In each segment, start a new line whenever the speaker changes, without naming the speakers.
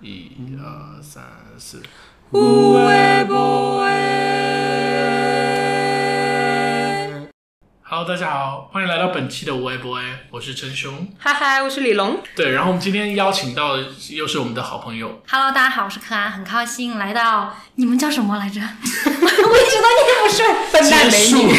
一二三四，
有诶无诶。
Hello，大家好，欢迎来到本期的无微博哎，我是陈雄。
嗨嗨，我是李 龙。
对，然后我们今天邀请到的又是我们的好朋友，
Hello，大家好，我是柯安，很高兴来到你们叫什 么来着？我一直都念不顺。
笨蛋美
树，
女，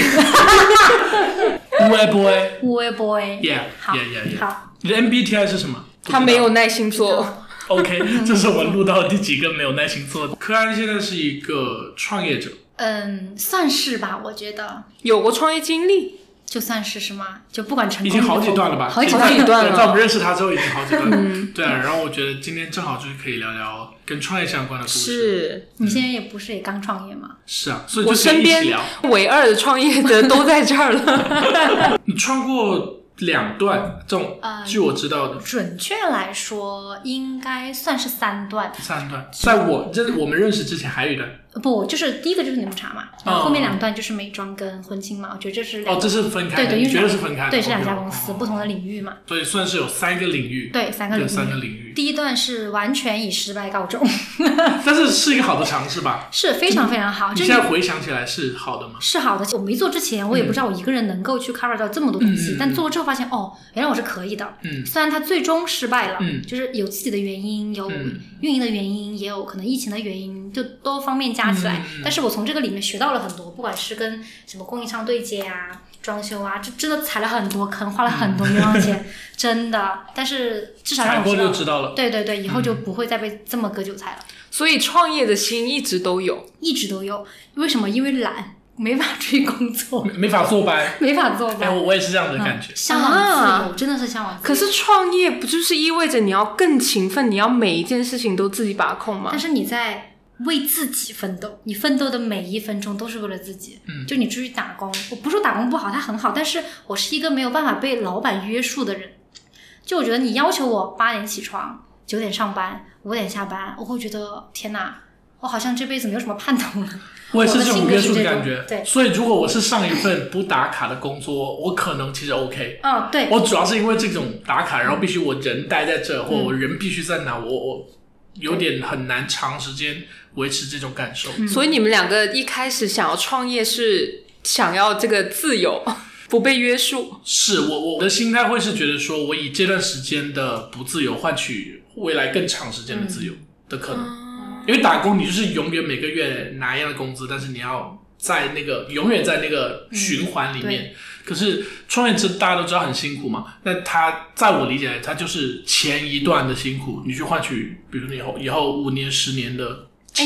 无 微博哎
无微 boy，
，Yeah
好
Yeah Yeah Yeah。
好，
你的 MBTI 是什么？
他没有耐心做。
OK，这是我录到的第几个没有耐心做的。柯安现在是一个创业者，
嗯，算是吧，我觉得
有过创业经历，
就算是是吗？就不管成功
已经好几段了吧？
好几嗯
现
好
在
几段了
对在我们认识他之后已经好几段了。对啊，然后我觉得今天正好就是可以聊聊跟创业相关的故事。
是
你现在也不是也刚创业吗？
是啊，所以就
我
可以
身
一起
边
聊。
唯二的创业者都在这儿了。
你创过两段这种，
呃
据我知道的
准确来说，应该算是三段。
三段，在我认我们认识之前还有一段。
呃不，就是第一个就是柠檬茶嘛，然后后面两段就是美妆跟婚庆嘛。我觉得这是
嗯
两
哦，这是分开
对
的，
对，因
你
为
觉得是
两
分开的？
对，是两
OK，
家公司，
哦
不同的领域嘛。
所以算是有三个领域，
对，三个领
有三个
域。
领域，
第一段是完全以失败告终，
但是是一个好的尝试吧？
是非常非常好。
你
啊这
现在回想起来是好的吗？
是好的。我没做之前，我也不知道我一个人能够去 cover 到这么多东西，
嗯嗯嗯嗯
但做了之后发现，哦，原来我是可以的。
嗯
虽然它最终失败了，
嗯
就是有自己的原因，有
嗯
运营的原因，也有可能疫情的原因，就多方面加起来。
嗯嗯嗯
但是我从这个里面学到了很多，不管是跟什么供应商对接啊、装修啊，这真的踩了很多坑，花了很多冤枉钱，真的。但是至少
嗯
让
踩
我
过
知
就
道，
知道了。
对对对，以后就不会再被这么割韭菜了。
所以创业的心一直都有。
一直都有。为什么？因为懒，没法追工作，
没没法做掰，
没法做
哎，
吧。
我我也是这样的感觉。
向往自由，真的是向往自由。
可是创业不就是意味着你要更勤奋，你要每一件事情都自己把控吗
但？是你在为自己奋斗，你奋斗的每一分钟都是为了自己。
嗯
就你出去打工，我不是说打工不好，它很好，但是我是一个没有办法被老板约束的人。就我觉得你要求我八点起床，九点上班，五点下班，我会觉得天哪，我好像这辈子没有什么盼头了。
我也是这种约束的
我
感
的性格是
觉
这，种对
所以如果我是上一份不打卡的工作，我可能其实 OK。
哦，对，
我主要是因为这种打卡，然后必须我人待在这，或
嗯
我人必须在哪，我我有点很难长时间维持这种感受。
所以你们两个一开始想要创业是想要这个自由，不被约束。
是我我我的心态会是觉得说，我以这段时间的不自由换取未来更长时间的自由
嗯
的可能。
哦
因为打工，你就是永远每个月拿一样的工资，但是你要在那个永远在那个
嗯
循环里面。可是创业之大家都知道很辛苦嘛，那他在我理解来，他就是前一段的辛苦，你去换取，比如你以后以后五年、十年的
哎，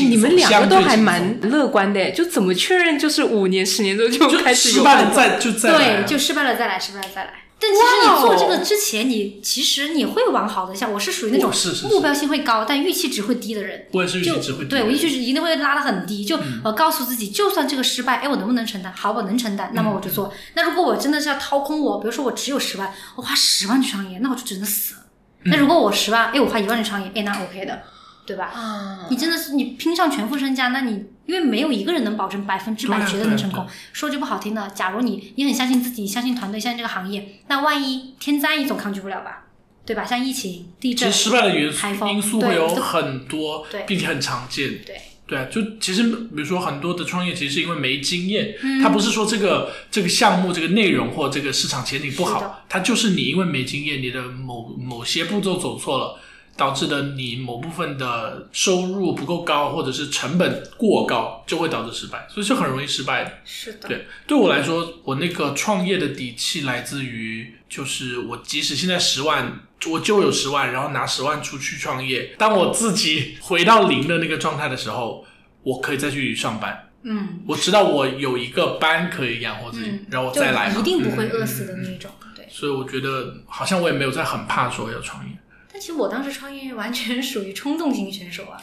轻松。
你们两个
相对
都还
轻松
蛮乐观的，就怎么确认就是五年、十年之后就
就
开始
失
有
败了再就再来啊
对，就失败了再来，失败了再来。但其实
哇哦
你做这个之前，你其实你会往好的想。我是属于那种
我是是是
目标性会高，但预期值会低的人。
我也是预
就
期值会低嗯
对我预期值一定会拉得很低。就我告诉自己，就算这个失败，哎，我能不能承担？好，我能承担，那么我
嗯
就做。那如果我真的是要掏空我，比如说我只有十万，我花十万去创业，那我就只能死。
嗯
那如果我十万，哎，我花一万去创业，哎，那 OK 的，对吧？
啊？
你真的是你拼上全副身家，那你因为没有一个人能保证百分之百
对啊
觉得
对啊
能成功。说句不好听的，假如你你很相信自己，相信团队，相信这个行业，那万一天灾你总抗拒不了吧？对吧？像疫情、地
其
震
实，失败的元
海
素
风
因素会有
对
很多
对，
并且很常见。
对
对啊，就其实比如说很多的创业，其实是因为没经验，
嗯
它不是说这个这个项目、这个内容或这个市场前景不
是
好
的，
它就是你因为没经验，你的某某些步骤走错了，导致的你某部分的收入不够高，或者是成本过高，就会导致失败，所以是很容易失败的。
是的，
对，嗯对我
嗯
来说，我那个创业的底气来自于，就是我即使现在十万，我就有十万，然后拿十万出去创业。当我自己 回到零的那个状态的时候，我可以再去上班。
嗯，
我知道我有一个班可以养活自己，
嗯
然后我
就
再来嘛。嗯
一定不会饿死的那种。对，
所以我觉得，好像我也没有在很怕说要创业。
但其实我当时创业完全 属于冲动型选手啊，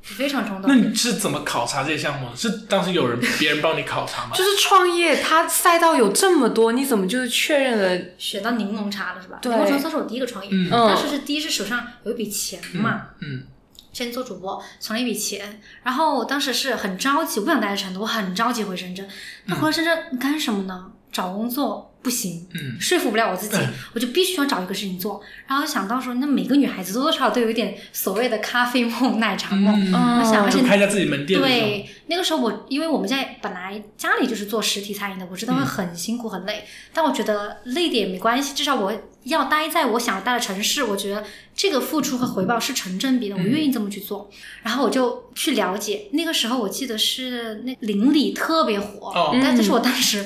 非常冲
那
动。
你是怎么考察这些项目的？是当时有人别人帮你考察吗？
就是创业，它赛道有这么多，你怎么就是确认了？
选到柠檬茶了是吧？
对
柠檬茶算是我第一个创业，
嗯
当时是第一是手上有一笔钱嘛，
嗯
先做主播，存了一笔钱，然后我当时是很着急，我不想待在成都，我很着急回深圳。那回深圳干什么呢？找工作不行，
嗯
说服不了我自己
嗯，
我就必须要找一个事情做。然后想到说，那每个女孩子多多少少都有一点所谓的咖啡梦、 奶茶梦。
嗯，
我想，而
嗯
且
就开一下自己门店的时候，
对，那个时候我因为我们在本来家里就是做实体餐饮的，我知道会
嗯
很辛苦很累，但我觉得累点没关系，至少我要待在我想要待的城市，我觉得这个付出和回报是成正比的，我
嗯
愿意这么去做。然后我就去了解，那个时候我记得是那邻里特别火，
哦
但就是我当时。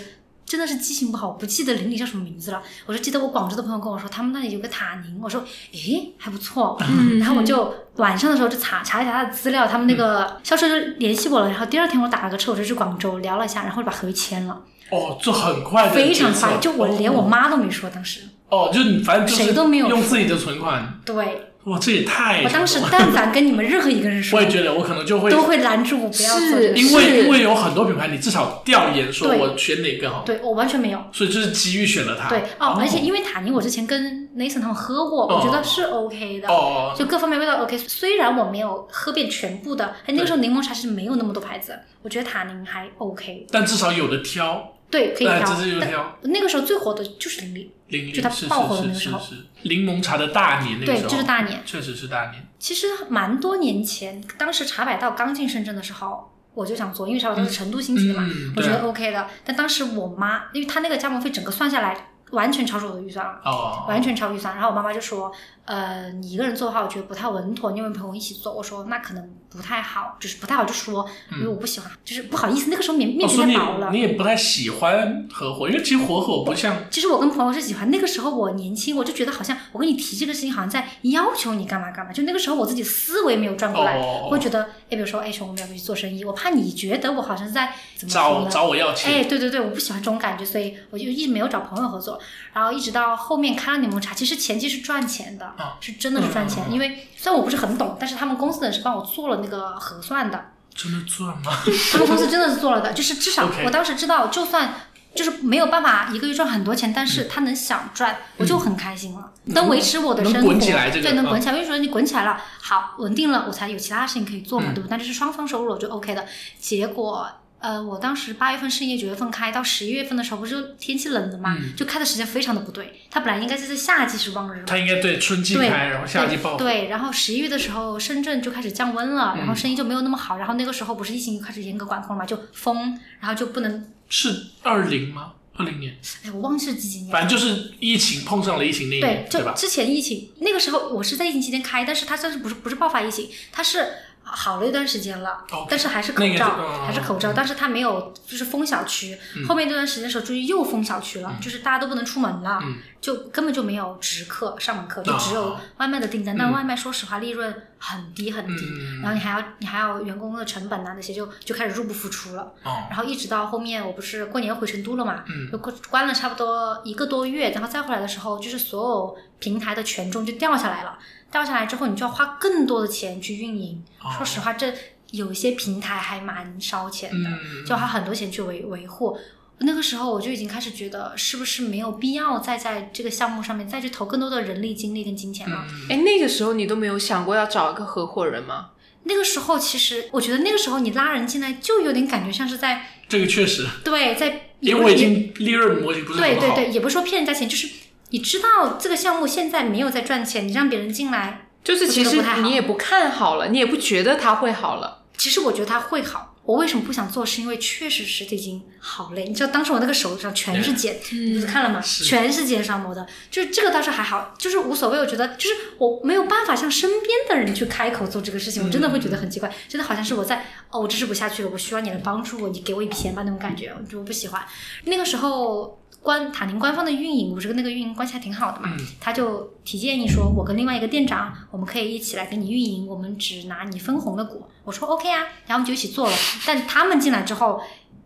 真的是记性不好，我不记得邻里叫什么名字了。我就记得我广州的朋友跟我说，他们那里有个塔宁，我说，诶，还不错。
嗯
然后我就晚上的时候就查查一下他的资料，他们那个销售就联系我了。然后第二天我打了个车，我就去广州聊了一下，然后就把合约签了，
哦，就很快的决策，
非常快，就我连我
哦
妈都没说。当时，
哦，就你反正就是
谁都没有
用自己的存款，
对
哇，这也太
我当时但凡跟你们任何一个人说
哎我也，觉得我可能就会
都会拦住我不要做
是
这个事。
因为
是
因为有很多品牌，你至少调研说
对
我选哪个好，
对我完全没有。
所以就是机遇选了它。
对哦，而且因为塔尼，我之前跟 Nathan 他们喝过，我觉得是 OK 的。
哦，
就各方面味道 OK，虽然我没有喝遍全部的，哎，那个时候柠檬茶其实没有那么多牌子，我觉得塔宁还 OK，
但至少有的挑，
对，可以
哎
挑。
这是有的挑。
但那个时候最火的就是林立，
零
就它
是是
爆红的
是
那个时
是
候
是，柠檬茶的大年那个
对
时，候，
就是大年。
确实是大年。
其实蛮多年前，当时茶百道刚进深圳的时候，我就想做，因为茶百道是成都兴起的嘛，
嗯，
我
对
觉得
啊。
OK 的。但当时我妈，因为她那个加盟费整个算下来，完全超出我的预算了。
哦，
完全超预算，然后我妈妈就说：“呃，你一个人做的话，我觉得不太稳妥，你有没有朋友一起做？”我说：“那可能不太好，就是不太好就说，因为我不喜欢，就是不好意思。”那个时候面面
嗯哦，
子
所以
太
你
薄了。
你也不太喜欢合伙，因为其实合伙不像
其实我跟朋友是喜欢，那个时候我年轻，我就觉得好像我跟你提这个事情，好像在要求你干嘛干嘛。就那个时候我自己思维没有转过来，
哦
我会觉得，哎，比如说，哎，熊，我们要不要去做生意？我怕你觉得我好像在怎么说
找
呢？
找我要
哎，
钱，
对对对，我不喜欢这种感觉，所以我就一直没有找朋友合作。然后一直到后面开了柠檬茶，其实前期是赚钱的，
啊
是真的是赚钱。
嗯嗯嗯
因为虽然我不是很懂，但是他们公司的人是帮我做了那个核算的，
真的赚吗？
他们公司真的是做了的，就是至少
OK
我当时知道，就算就是没有办法一个月赚很多钱，但是他能想赚，我就很开心了，能维持我的
嗯能
生活，
滚起来这个
对，能
嗯
滚起来。我就觉得你滚起来了，好，稳定了，我才有其他事情可以做嘛，
嗯
对不对？但是双方收入我就 OK 的。结果。呃，我当时八月份试业，九月份开，到十一月份的时候，不是就天气冷了嘛，
嗯
就开的时间非常的不对。它本来应该是在夏季是旺日嘛，
他应该对春季
对
开，然后夏季爆，嗯
对，然后十一月的时候，深圳就开始降温了，然后生意就没有那么好。然后那个时候不是疫情开始严格管控了嘛，就封，然后就不能，
是二零吗？二零年，
哎，我忘记是几几年了。
反正就是疫情碰上了疫情那一
对
年，，
就
对吧？
之前疫情那个时候，我是在疫情期间开，但是它算是不是不是爆发疫情，它是好了一段时间了
OK，
但是还是口
那个
罩
就，嗯
还是口罩，但是它没有就是封小区。后面那段时间的时候，终于又封小区了，就是大家都不能出门了，
嗯
就根本就没有直客上门客，就只有
啊
外卖的订单。但
嗯
外卖说实话利润很低很低，
嗯
然后你还要你还要员工的成本呐、啊那些就就开始入不敷出了。
哦，
然后一直到后面，我不是过年回成都了嘛，
嗯
就关关了差不多一个多月，然后再回来的时候，就是所有平台的权重就掉下来了。掉下来之后，你就要花更多的钱去运营。
哦
说实话，这有一些平台还蛮烧钱的，
嗯
就花很多钱去维维护。那个时候我就已经开始觉得，是不是没有必要再在这个项目上面再去投更多的人力、精力跟金钱了？
嗯
哎，那个时候你都没有想过要找一个合伙人吗？
那个时候，其实我觉得那个时候你拉人进来，就有点感觉像是在
这个确实，
对在
因为我已经利润模型不是
对
很
对
好，
对，也不是说骗人家钱，就是你知道这个项目现在没有在赚钱，你让别人进来，
就是其
我觉
实
得不太好
你也不看好了，你也不觉得他会好了。
其实我觉得它会好。我为什么不想做？是因为确实实体经好累，你知道当时我那个手上全是茧，你不是看了吗？
嗯是
全是茧上磨的，就是这个倒是还好，就是无所谓。我觉得就是我没有办法向身边的人去开口做这个事情，我真的会觉得很
嗯
奇怪，真的好像是我在哦，我支持不下去了，我需要你来帮助我，你给我一笔钱吧那种感觉，我就不喜欢。那个时候官塔宁官方的运营，我是跟那个运营关系还挺好的嘛，
嗯
他就提建议说，我跟另外一个店长，我们可以一起来给你运营，我们只拿你分红的股。我说 OK 啊，然后我们就一起做了。但他们进来之后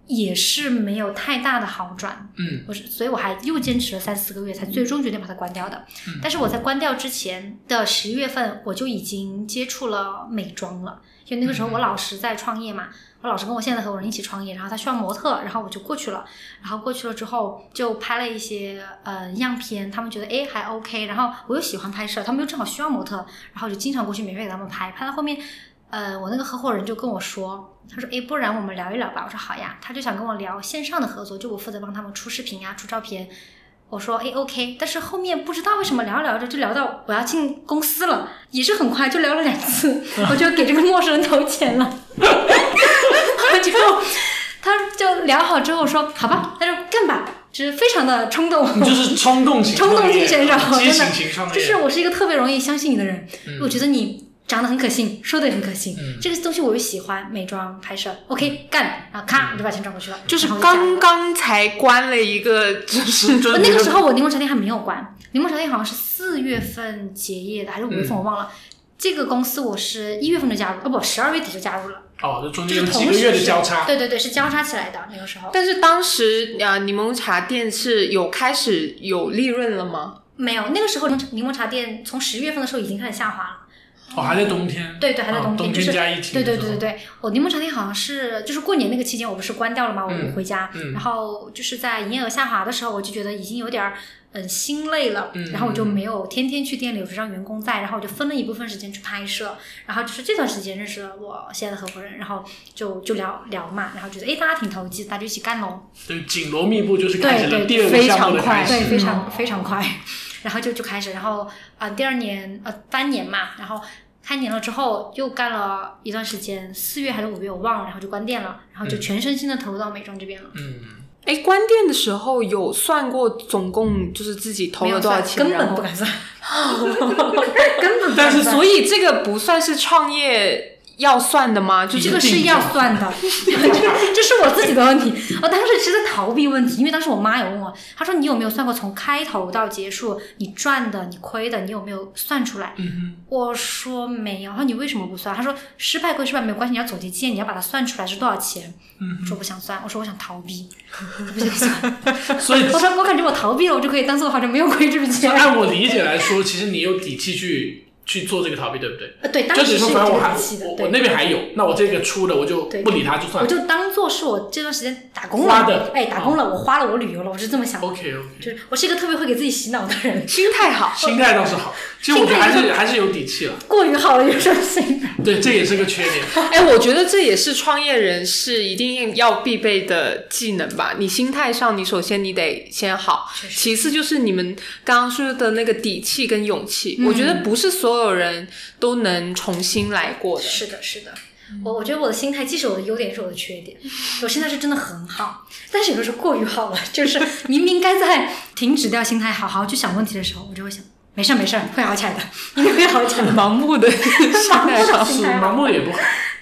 也是没有太大的好转，
嗯
我是，所以我还又坚持了三四个月，才最终决定把它关掉的。
嗯
但是我在关掉之前的十一月份，我就已经接触了美妆了，因为那个时候我老师在创业嘛，我老师跟我现在的合伙人一起创业，然后他需要模特，然后我就过去了，然后过去了之后就拍了一些呃样片，他们觉得诶还 OK，然后我又喜欢拍摄，他们又正好需要模特，然后我就经常过去免费给他们拍，拍到后面。呃，我那个合伙人就跟我说，他说，哎，不然我们聊一聊吧。我说好呀。他就想跟我聊线上的合作，就我负责帮他们出视频啊、出照片，我说哎 OK，但是后面不知道为什么聊着聊着就聊到我要进公司了，也是很快就聊了两次， 我就给这个陌生人投钱了。 然后之后他就聊好之后说好吧，他说干吧，就是非常的冲动。
你就是冲动型
冲
创业，
动型选手，真
激
的
情型创业，
就是我是一个特别容易相信你的人，
嗯
我觉得你长得很可信，说的也很可信，
嗯
这个东西我又喜欢美妆拍摄，OK 干，然后咔你就把钱转过去了，
就是
然后下一
刚
个。
刚才关了一个，就是
就
不
是
那个时候我柠檬茶店还没有关，柠檬茶店好像是四月份结业的，还是五月
嗯
份我忘了。这个公司我是一月份就加入，哦不，十二月底就加入了，
哦，就中
就
间有
是
几
同
个
时
月的
是
交叉，
对对对，是交叉起来的那个时候。
但是当时呃，柠檬茶店是有开始有利润了吗？
没有，那个时候柠檬茶店从十月份的时候已经开始下滑了。
哦，还在冬天，
对对，还在
哦
冬天，
冬
就是
加疫情，
对对对对，对，我柠檬茶店好像是就是过年那个期间，我不是关掉了吗？
嗯
我回家，
嗯
然后就是在营业额下滑的时候，我就觉得已经有点儿嗯心累了，
嗯
然后我就没有天天去店里，我就让员工在，然后我就分了一部分时间去拍摄，然后就是这段时间认识了我现在的合伙人，然后就就聊聊嘛，然后觉得哎大家挺投机，大家就一起干喽，
就紧锣密布，就是开始了
对对
第二个
非
项目
常
的
快
开
还
始，
对，非
哦
常非常快，然后就就开始，然后啊、呃第二年呃三年嘛，然后开年了之后又干了一段时间，四月还是五月我忘了，然后就关店了，然后就全身心的投入到美妆这边了，
嗯，
哎，关店的时候有算过总共就是自己投
没有
了多少
算
钱？
根
然
本
后
不 敢算，根本不
但
敢
是
算。
所以这个不算是创业要算的吗？就
这
这
个
个
是要 算的， 这这是我自己的问题。我当时其实逃避问题，因为当时我妈有问我，她说你有没有算过从开头到结束你赚的、你亏的，你有没有算出来？
嗯
我说没有，他说你为什么不算？他说失败归失败没有关系，你要总结经验，你要把它算出来是多少钱。
嗯
我说不想算，我说我想逃避，我不想算。
哼，所以
我说我感觉我逃避了，我就可以当做我好像没有亏这笔钱。
按我理解来说，其实你有底气去去做这个逃避，对不对？
呃对，当
就只
时
是
是
说，
有
反正我还
这个预期的，
我
对
我那边还有，那我这个出的我就
对
不理他就算
我
了。
就当做是我这段时间打工
花
了
的，哦
哎，打工了，我花了，我旅游了，我是这么想的。
OK OK，
就是我是一个特别会给自己洗脑的人，
心态好。
心态倒是好，其实我觉得还是还是有底气了。
过于好了有什么心？
对，这也是个缺点。
哎，我觉得这也是创业人士一定要必备的技能吧。你心态上，你首先你得先好，
确实
其次就是你们刚刚说的那个底气跟勇气。
嗯
我觉得不是所有人都能重新来过的。
是的，是的。我我觉得我的心态既是我的优点，也是我的缺点。我现在是真的很好，但是有的时候过于好了，就是明明该在停止掉心态，好好去想问题的时候，我就会想，没事儿没事儿，会好起来的，一定会好起来的。
盲目的心
盲目
态
的
好。
是盲目也不好，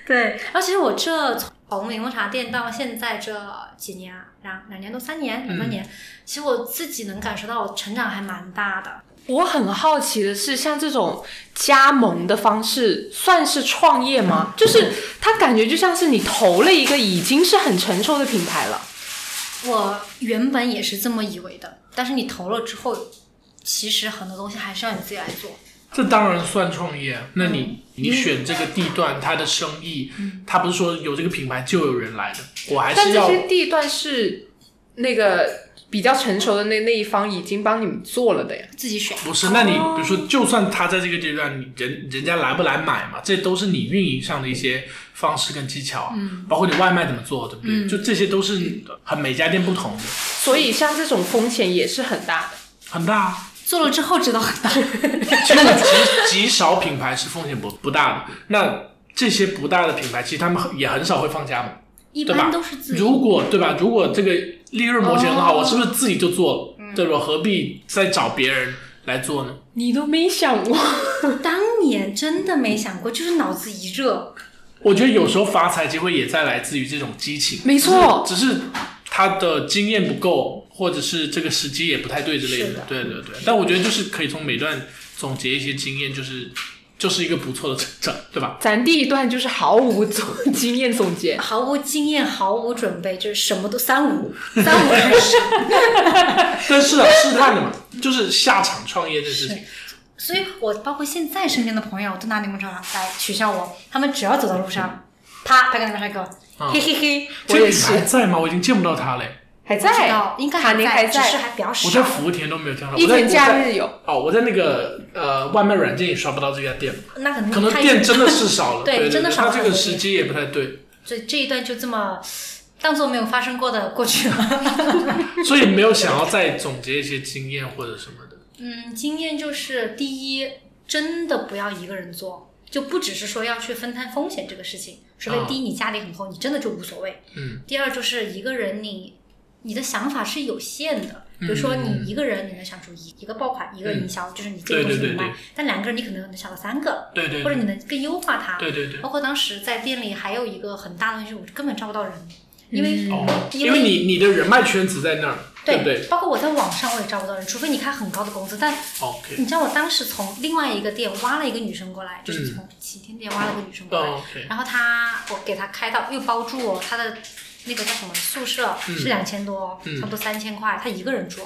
对，然后其实我这从柠檬茶店到现在这几年啊，两两年多三年两三年，其实我自己能感受到我成长还蛮大的。
我很好奇的是，像这种加盟的方式算是创业吗？就是它感觉就像是你投了一个已经是很成熟的品牌了。
我原本也是这么以为的，但是你投了之后，其实很多东西还是要你自己来做。
这当然算创业。那
嗯
你你选这个地段，它的生意，它不是说有这个品牌就有人来的，我还
但
是
这
要
些地段是那个比较成熟的那那一方已经帮你们做了的呀。
自己选。
不是，那你比如
哦
说，就算他在这个阶段，你人人家来不来买嘛，这都是你运营上的一些方式跟技巧啊，
嗯
包括你外卖怎么做，对不对？就这些都是很每家店不同的，
所以像这种风险也是很大的。
很大、啊。
做了之后知道很 大。
其实极 极少品牌是风险不不大的，那这些不大的品牌，其实他们很也很少会放家门，
一
对吧
般都是自己。哦
如果对吧？如果这个利润模型很好，我是不是自己就做
嗯
了？对吧？何必再找别人来做呢？
你都没想过，
当年真的没想过，就是脑子一热，
我觉得有时候发财机会也在来自于这种激情。
没错，
只是他的经验不够，或者是这个时机也不太对之类
是的
对对对，但我觉得就是可以从每段总结一些经验，就是就是一个不错的成长，对吧？
咱第一段就是毫无总经验总结。
毫无经验，毫无准备，就是什么都三无，三无开 始。
但是啊，试探的嘛，就是下场创业这事情，
所以我包括现在身边的朋友都拿柠檬茶来取笑我，他们只要走到路上，啪拍个柠檬茶给我，
嗯
嘿嘿嘿，
我
这个
也
品
是
牌在吗？我已经见不到他嘞，
还
不知
在
道，应该
卡宁还
还只是啊
在，
还比较
我在
少。
福田都没有见到他，
一
我在
天
我
假
在
日有。
哦，我在那个呃外卖软件也刷不到这家店，
那可能
可能
他已
店
经
真的是少了，
嗯对
对，
真的少了
他这个
很多
时机也不太对，
所以这一段就这么当做没有发生过的过去了。
所以没有想要再总结一些经验或者什么的。
嗯，经验就是第一，真的不要一个人做，就不只是说要去分摊风险这个事情，除非
啊
第一你家里很厚，你真的就无所谓。
嗯
第二就是一个人你你的想法是有限的，比如说
嗯
你一个人你能想出一一个爆款，一个营销，就是你这
对
个东西
对
能
对
卖，但两个人你可能能想到三个，
对对
或
对
者你能更优化它。
对对对。
包括当时在店里还有一个很大的问题，我根本招不到人，因为、
哦，
嗯因
因为你你的人脉圈子在那儿，对不对哦
包括我在网上我也招不到人，除非你开很高的工资，但
？OK，
你知道我当时从另外一个店挖了一个女生过来，就是从起天店挖了个女生过来，
哦 OK，
然后她我给她开到又包住哦，她的那个叫什么宿舍
嗯
是两千多，哦
嗯
差不多三千块，她一个人住。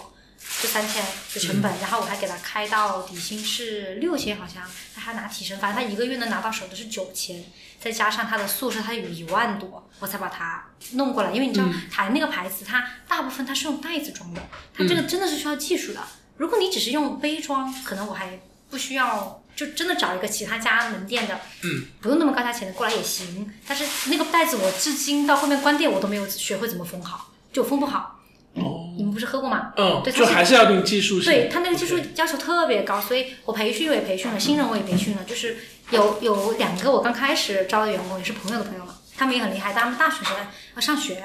就三千的成本，然后我还给她开到底薪是六千，好像她还拿提成，反正她一个月能拿到手的是九千，再加上她的宿舍，她有一万多，我才把她弄过来。因为你知道
嗯
谈那个牌子，它大部分它是用袋子装的，它
嗯
这个真的是需要技术的。如果你只是用杯装，可能我还不需要，就真的找一个其他家门店的，
嗯，
不用那么高价钱的过来也行。但是那个袋子，我至今到后面关店，我都没有学会怎么封好，就封不好。
哦，
你们不是喝过吗？
嗯，
对它
就是还是要嗯定技术性，
对他那个技术要求特别高，所以我培训我也培训了，新人我也培训了，就是有有两个我刚开始招的员工也是朋友的朋友嘛，他们也很厉害，但他们大学生要上学，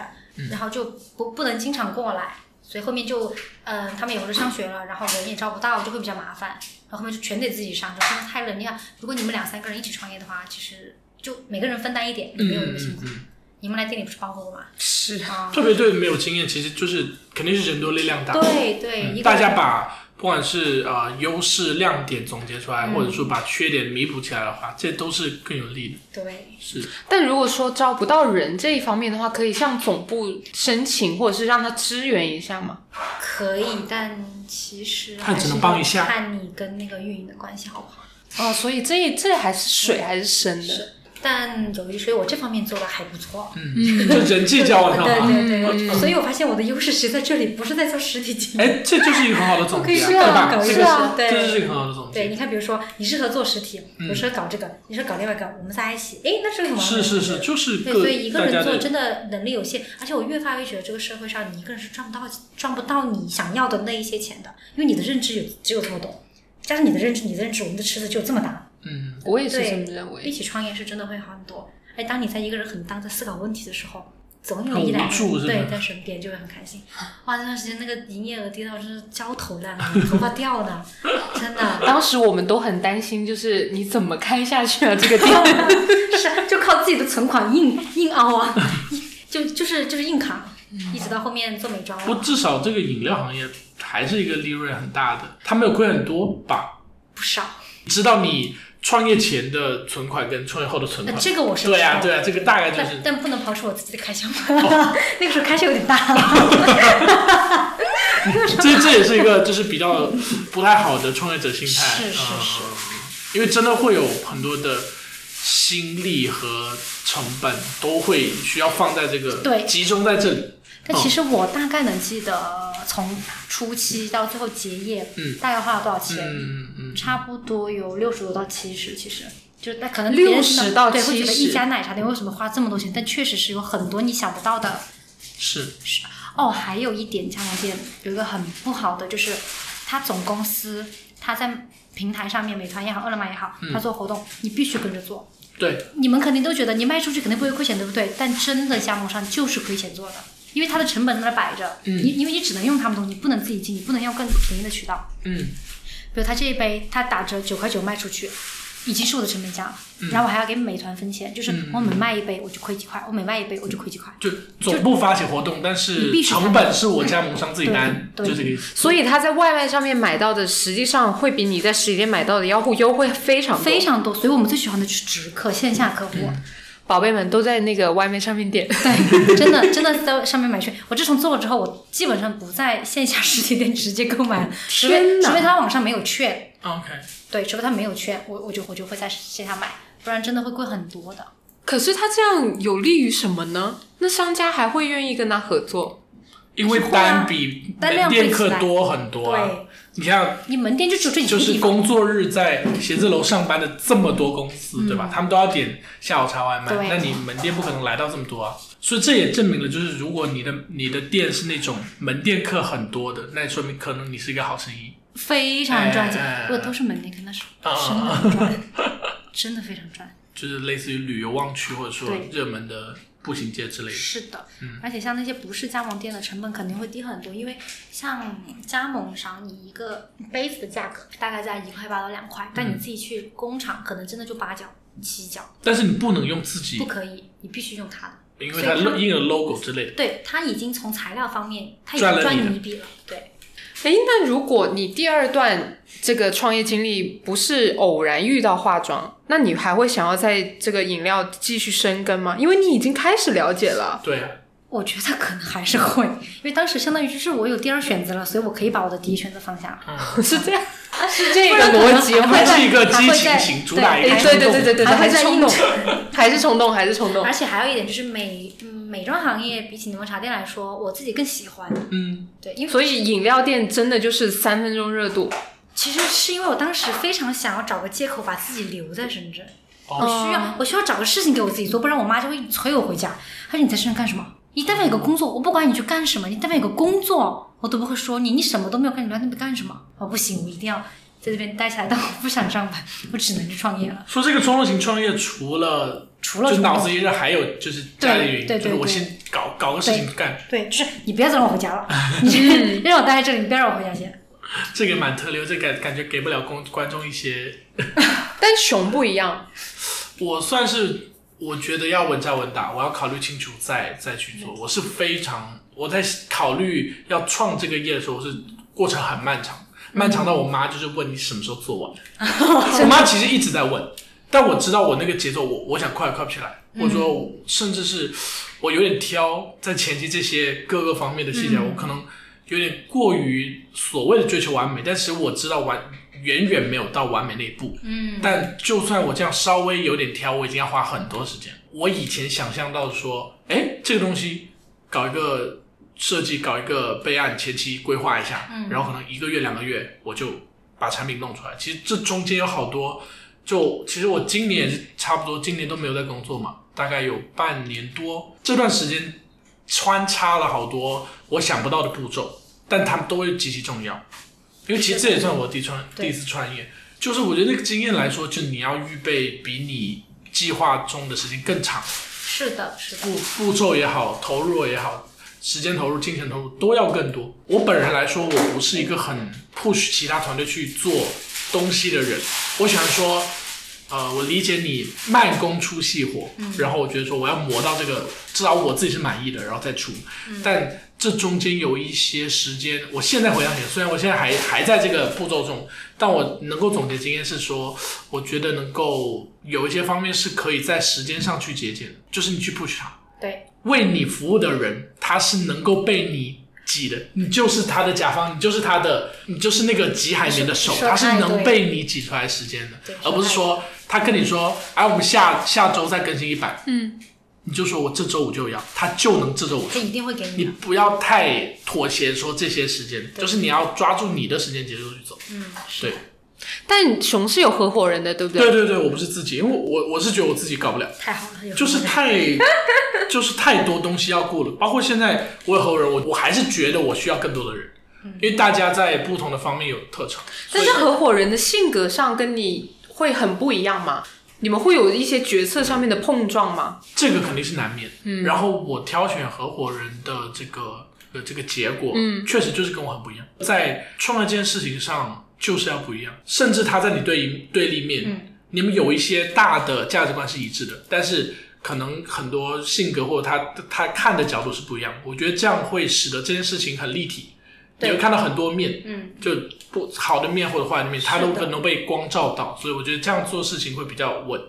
然后就
嗯
不不能经常过来，所以后面就嗯、呃他们也回去上学了，然后人也招不到，就会比较麻烦，然后后面就全得自己上，就真的太累。你看，如果你们两三个人一起创业的话，其实就每个人分担一点，
嗯
没有那
嗯
么辛
嗯
苦。
嗯，
你们来店里不是帮过我吗？
是
啊，
特别对没有经验，其实就是肯定是人多力量大，
对对，一
嗯
个
大家把不管是呃优势亮点总结出来，
嗯
或者说把缺点弥补起来的话，这都是更有利的。
对。
是，
但如果说招不到人这一方面的话，可以向总部申请，或者是让他支援一下嘛。
可以，但其实
他
还
只
是
能帮一下
要看你跟那个运营的关系好不好。
哦，所以这这还是水还是深的。
但有一说一，我这方面做的还不错。
嗯，就人际交往上啊
对
嘛，
对对，所以我发现我的优势其实在这里，不是在做实体经营。
哎，这就是一个很好的总结，
是
对
啊
吧？这
是
个
啊
这
对
就是一个很好的总
对，
结，
你看，比如说你适合做实体，我适合搞这个，你适合搞另外一个，我们在一起，哎，那是个什么？
是是是，。就是
对，所以一
各
个
大家
人做
的
真的能力有限，而且我越发越觉得这个社会上你一个人是赚不到赚不到你想要的那一些钱的，因为你的认知有只有这么多，加上你的认知，你的认知，我们的池子只有这么大。
嗯。
我也是
对
这么认
一
为。
起创业是真的会好很多。哎，当你在一个人很当在思考问题的时候，总有
很
一两
无
个
助
人
是吧
对在身边就会很开心。哇，那段时间那个营业额低到真是焦头烂额，头发掉了，真的。
当时我们都很担心，就是你怎么开下去啊？这个 店
是，啊就靠自己的存款硬硬凹啊，就就是就是硬扛，一直到后面做美妆
不，至少这个饮料行业还是一个利润很大的，他没有亏很多吧？
不少。
知道你创业前的存款跟创业后的存
那
款，
呃这个我是
对呀、
知道
对啊呀、这个大概就
但
是
但不能刨除我自己的开销嘛， 那个时候开销有点大了。
哦 这这也是一个就是比较不太好的创业者心态，
是是是
嗯因为真的会有很多的心力和成本都会需要放在这个
对
集中在这里，
但其实我大概能记得，从初期到最后结业，
嗯
大概花了多少钱？
嗯嗯
差不多有六十多到七十，其实就是那可能
60
别人听
到
对会觉得
70
一家奶茶店为什么花这么多钱，但确实是有很多你想不到的。
是
哦，还有一点加盟店有一个很不好的，就是它总公司它在平台上面，美团也好，饿了么也好，
嗯
它做活动、你必须跟着做。
对，
你们肯定都觉得你卖出去肯定不会亏钱，对不对？但真的加盟商就是亏钱做的，因为它的成本在那儿摆着，
嗯
你因为你只能用他们东西，你不能自己进，你不能用更便宜的渠道。
嗯
比如他这一杯，他打折九块九卖出去，已经是我的成本价了，
嗯
然后我还要给美团分钱，就是我每卖一杯我就亏几块，我每卖一杯我就亏几
嗯
块。
就总部发起活动，但
你
是
必须嗯
成本是我加盟商自己担，
对
就
对
这个意思。
所以他在外卖上面买到的，实际上会比你在实体店买到的要优惠非常多
非常多，所以我们最喜欢的就是直客线下客户，
嗯宝贝们都在那个外卖上面点。
对，真的真的在上面买去。我自从做了之后，我基本上不在线下实体店直接购买了，除
天
非
哪
除非他网上没有券，
OK，
对，除非他没有券，我我就我就会在线下买，不然真的会贵很多的。
可是他这样有利于什么呢？那商家还会愿意跟他合作？
因为单比门店客多很多啊，
对，
你看，
你门店就只有这一
就
个
是
地方，
工作日在写字楼上班的这么多公司，对吧？他们都要点下午茶外卖
嗯对，
那你门店不可能来到这么多啊。所以这也证明了，就是如果你的你的店是那种门店客很多的，那说明可能你是一个好生意
非常赚
哎
钱。如果都是门店，那是
啊嗯
真的很 赚，真的非常赚。
就是类似于旅游旺区或者说
对
热门的步行街之类的。
是的，
嗯
而且像那些不是加盟店的成本肯定会低很多，因为像加盟商，你一个杯子的价格大概在一块八到两块，但你
嗯
自己去工厂可能真的就八角、七角，
但是你不能用自己
不，可以，你必须用它的。
因为它
所以它
印了 logo 之类的。
对，它已经从材料方面，它已
赚
经
了
赚
你的
你一笔了。对，
哎，那如果你第二段这个创业经历不是偶然遇到化妆，那你还会想要在这个饮料继续深耕吗？因为你已经开始了解 了。
对，啊
我觉得可能还是会，因为当时相当于就是我有第二选择了，所以我可以把我的第一选择放下了。
是这样，
啊
是这
不然可能还
还
它
会
是
是一个激
还会
情
在
型，主
对
打一个
哎
冲
对
动。
对对对对，
还
还
会
是
在
冲
应
动
酬，
还是冲动，还是冲动
而。且还有一点就是美，嗯，美妆行业比起柠檬茶店来说，我自己更喜欢。
嗯，
对，因为
所以饮料店真的就是三分钟热度，
其实是因为我当时非常想要找个借口把自己留在深圳，
哦
我需要我需要找个事情给我自己做，不然我妈就会催我回家。她说你在深圳干什么？你但凡有个工作，我不管你去干什么，你但凡有个工作，我都不会说你，你什么都没有干，你来那边干什么？我不行，我一定要在这边待下来，但我不想上班，我只能去创业了。
说这个冲动型创业，除了
除了
就
冲
脑
动
子一热，还有就是家里原因，
对对
就是我
对
先搞搞个事情干，
对，就是你不要再让我回家 了，你就让我待在这里，你不要让我回家先。
这个蛮特例，这感感觉给不了观观众一些。
但熊不一样，
我算是我觉得要稳扎稳打，我要考虑清楚再再去做。我是非常我在考虑要创这个业的时候，是过程很漫长，漫长到我妈就是问你什么时候做完。我妈其实一直在问，但我知道我那个节奏，我我想快也快不起来，或者说甚至是我有点挑在前期这些各个方面的细节，我可能有点过于所谓的追求完美，但是我知道完远远没有到完美那一步。
嗯，
但就算我这样稍微有点挑，我已经要花很多时间。我以前想象到说，哎，这个东西搞一个设计，搞一个备案，前期规划一下，
嗯
然后可能一个月两个月我就把产品弄出来。其实这中间有好多，就其实我今年也是差不多，今年都没有在工作嘛，大概有半年多这段时间穿插了好多我想不到的步骤，但他们都会极其重要。因为其实这也算我第一创第
对
一次创业，就是我觉得那个经验来说，就你要预备比你计划中的时间更长，
是的，是的，
步步骤也好，投入也好，时间投入、金钱投入都要更多。我本人来说，我不是一个很 push 其他团队去做东西的人，我喜欢说，呃，我理解你慢工出细活，然后我觉得说我要磨到这个，至少我自己是满意的，然后再出。但这中间有一些时间，我现在回想起来，虽然我现在还还在这个步骤中，但我能够总结经验是说，我觉得能够有一些方面是可以在时间上去节俭的，就是你去 push 它，
对，
为你服务的人，他是能够被你挤的，你就是他的甲方，你就是他的，你就是那个挤海绵的手，
是
他是
是
能被你挤出来时间的
对，
而不是说他跟你说，哎，我们下下周再更新一版，
嗯，
你就说我这周五就要，他就能这周五
他一定会给
你
你的。
不要太妥协，说这些时间，就是你要抓住你的时间节奏去走。
嗯，
对，
但熊是有合伙人的，对不对？
对对对，我不是自己，因为我我我是觉得我自己搞不了，
太好了，有
就是太就是太多东西要顾了，包括现在我有合伙人，我我还是觉得我需要更多的人，
嗯
因为大家在不同的方面有特长，
但是合伙人的性格上跟你会很不一样吗？你们会有一些决策上面的碰撞吗？
这个肯定是难免。嗯，然后我挑选合伙人的这个呃这个结果，嗯，确实就是跟我很不一样，在创业这件事情上就是要不一样，甚至他在你对一对立面，
嗯
你们有一些大的价值观是一致的，但是。可能很多性格或者他他看的角度是不一样，我觉得这样会使得这件事情很立体，你
对
会看到很多面，
嗯，
就不好的面或者坏的面，它
是
都
的
可能被光照到，所以我觉得这样做事情会比较稳。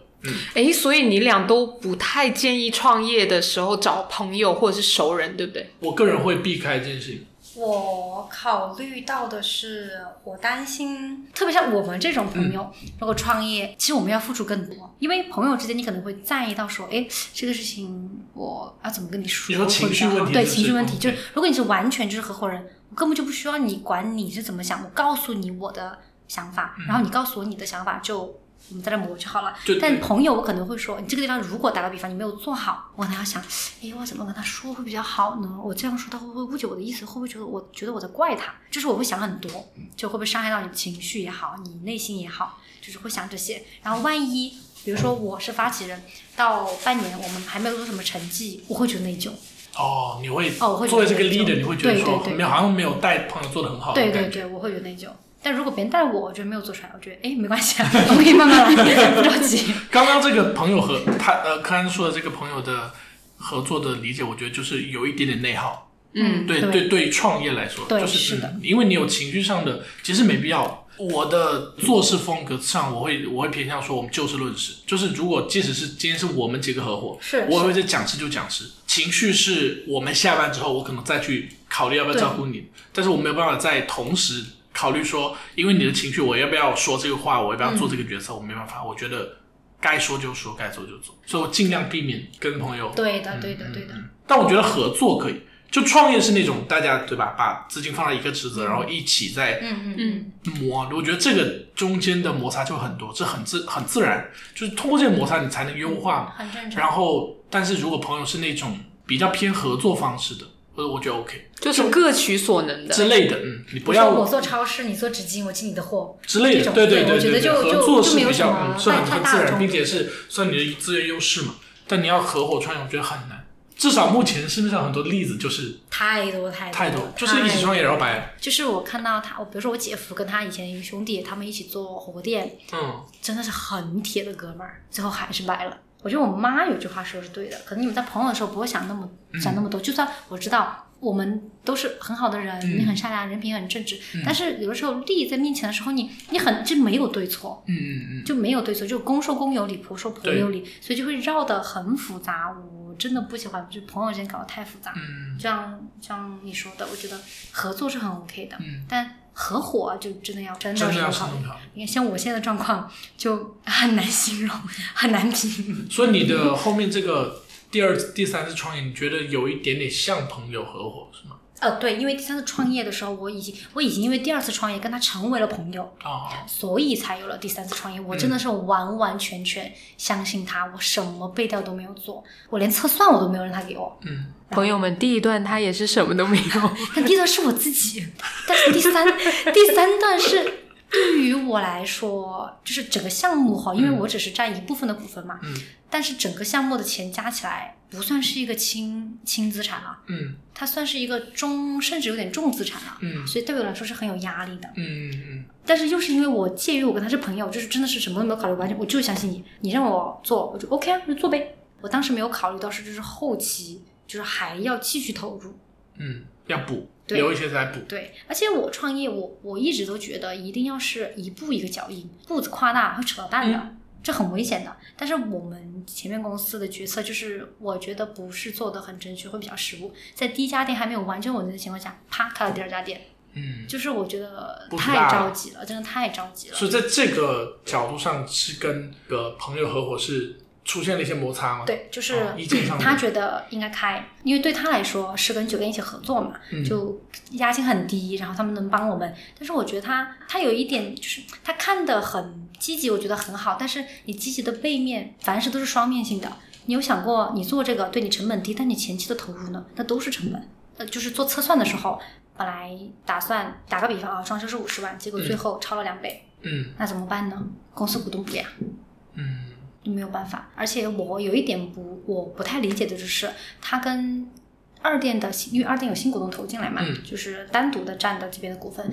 诶，所以你俩都不太建议创业的时候找朋友或者是熟人，对不对？
我个人会避开这件事情，
我考虑到的是，我担心，特别像我们这种朋友，
嗯
如果创业，其实我们要付出更多，因为朋友之间你可能会在意到说，哎，这个事情我要怎么跟你说？
你说情绪问题
对
是不是
情绪问题，
嗯
就是如果你是完全就是合伙人，我根本就不需要你管你是怎么想，我告诉你我的想法，然后你告诉我你的想法就。我们在这磨就好了
对，
但朋友我可能会说，你这个地方如果打个比方你没有做好，我可能要想，哎，我怎么跟他说会比较好呢？我这样说他会不会误解我的意思？会不会觉得我觉得我在怪他？就是我会想很多，就会不会伤害到你的情绪也好，你内心也好，就是会想这些。然后万一比如说我是发起人，到半年我们还没有做什么成绩，我会觉得内疚。
哦，你会
哦我会
作为这
觉
个
得内疚
leader，你会觉得
对
说
对对
没有，好像没有带朋友做的很好的
对
感觉。
对对，我会有内疚。但如果别人带我，我觉得没有做出来，我觉得哎没关系啊，我们可以慢慢来，不着 急。
刚刚这个朋友和他呃，柯安说的这个朋友的合作的理解，我觉得就是有一点点内耗。
嗯
对
对
对，于创业来说，
对
就是
是的
嗯因为你有情绪上的，其实没必要。我的做事风格上，我会我会偏向说我们就事论事，就是如果即使是今天是我们几个合伙，
是
我
是
会在讲事就讲事，情绪是我们下班之后，我可能再去考虑要不要照顾你，但是我没有办法在同时考虑说，因为你的情绪，我要不要说这个话，我要不要
嗯
做这个决策，我没办法，我觉得该说就说，该做就做，所以我尽量避免跟朋友。
对的，对的，对的。
嗯但我觉得合作可以，就创业是那种大家对吧，把资金放在一个
嗯
池子，然后一起在
嗯嗯
嗯
嗯，
磨，我觉得这个中间的摩擦就很多，这很自很自然，就是通过这个摩擦你才能优化嘛。
很正常。
嗯然后，但是如果朋友是那种比较偏合作方式的，我我觉得 OK
就是各取所能的。
之类的，嗯，你不
比如说我
要
做超市，你做纸巾，我进你的货
之类
这
的，
种
对
对
对
我觉
对对，
得就
合
就
作
就是没有
比较
什么
嗯，是很
太
很
大
自
的
然，
冲
并
突
且是算你的资源优势嘛。但你要合伙创业，我觉得很难。至少目前市面上很多例子就是
太多太多
太多，就是一
太
起创业然后白，
就是我看到他，我比如说我姐夫跟他以前一个兄弟，他们一起做火锅店，
嗯，
真的是很铁的哥们儿，最后还是掰了。我觉得我妈有句话说的是对的，可能你们在朋友的时候不会想那么
嗯
想那么多，就算我知道我们都是很好的人，
嗯
你很善良，人品很正直，但是有的时候利益在面前的时候，你你很就没有对错，
嗯嗯嗯，
就没有对错，就公说公有理，婆说婆有理，所以就会绕得很复杂。我真的不喜欢，就朋友之间搞得太复杂。
嗯，
就像像你说的，我觉得合作是很 OK 的，
嗯
但合伙就真的要真的
真的要
考
慎重
虑。
考虑。
你看，像我现在的状况就很难形容，很难评。
所以你的后面这个第二、第三次创业，你觉得有一点点像朋友合伙是吗？
呃，对，因为第三次创业的时候，我已经我已经因为第二次创业跟他成为了朋友，
啊，
所以才有了第三次创业。我真的是完完全全相信他，我什么背调都没有做，我连测算我都没有让他给我。
嗯，
朋友们，第一段他也是什么都没有。
但第一段是我自己，但是第三第三段是对于我来说，就是整个项目哈，因为我只是占一部分的股份嘛，
嗯
但是整个项目的钱加起来不算是一个轻轻资产啊，
嗯
它算是一个中，甚至有点重资产啊。
嗯
所以对我来说是很有压力的，
嗯嗯
但是又是因为我介于我跟他是朋友，就是真的是什么都没有考虑，完全我就相信你，你让我做我就 OK 啊，就做呗。我当时没有考虑到是就是后期就是还要继续投入，
嗯，要补，
对
留一些再补。
对，而且我创业，我我一直都觉得一定要是一步一个脚印，步子跨大会扯到蛋的，这很危险的。但是我们前面公司的决策就是，我觉得不是做的很正确，会比较失误。在第一家店还没有完全稳定的情况下，啪开了第二家店，
嗯，
就是我觉得
步子大
太
了
着急了，真的太着急了。
所以在这个角度上是跟个朋友合伙是出现了一些摩擦吗？，
对，就是、
哦意见上面
他觉得应该开，因为对他来说是跟酒店一起合作嘛，
嗯
就押金很低，然后他们能帮我们。但是我觉得他他有一点就是他看的很积极，我觉得很好。但是你积极的背面，凡事都是双面性的。你有想过你做这个对你成本低，但你前期的投入呢，那都是成本。呃，就是做测算的时候，本来打算打个比方啊，装修是五十万，结果最后超了两倍，
嗯
那怎么办呢？公司股东不给啊。
嗯
没有办法。而且我有一点不，我不太理解的就是，它跟二店的新，因为二店有新股东投进来嘛，
嗯
就是单独的占的这边的股份，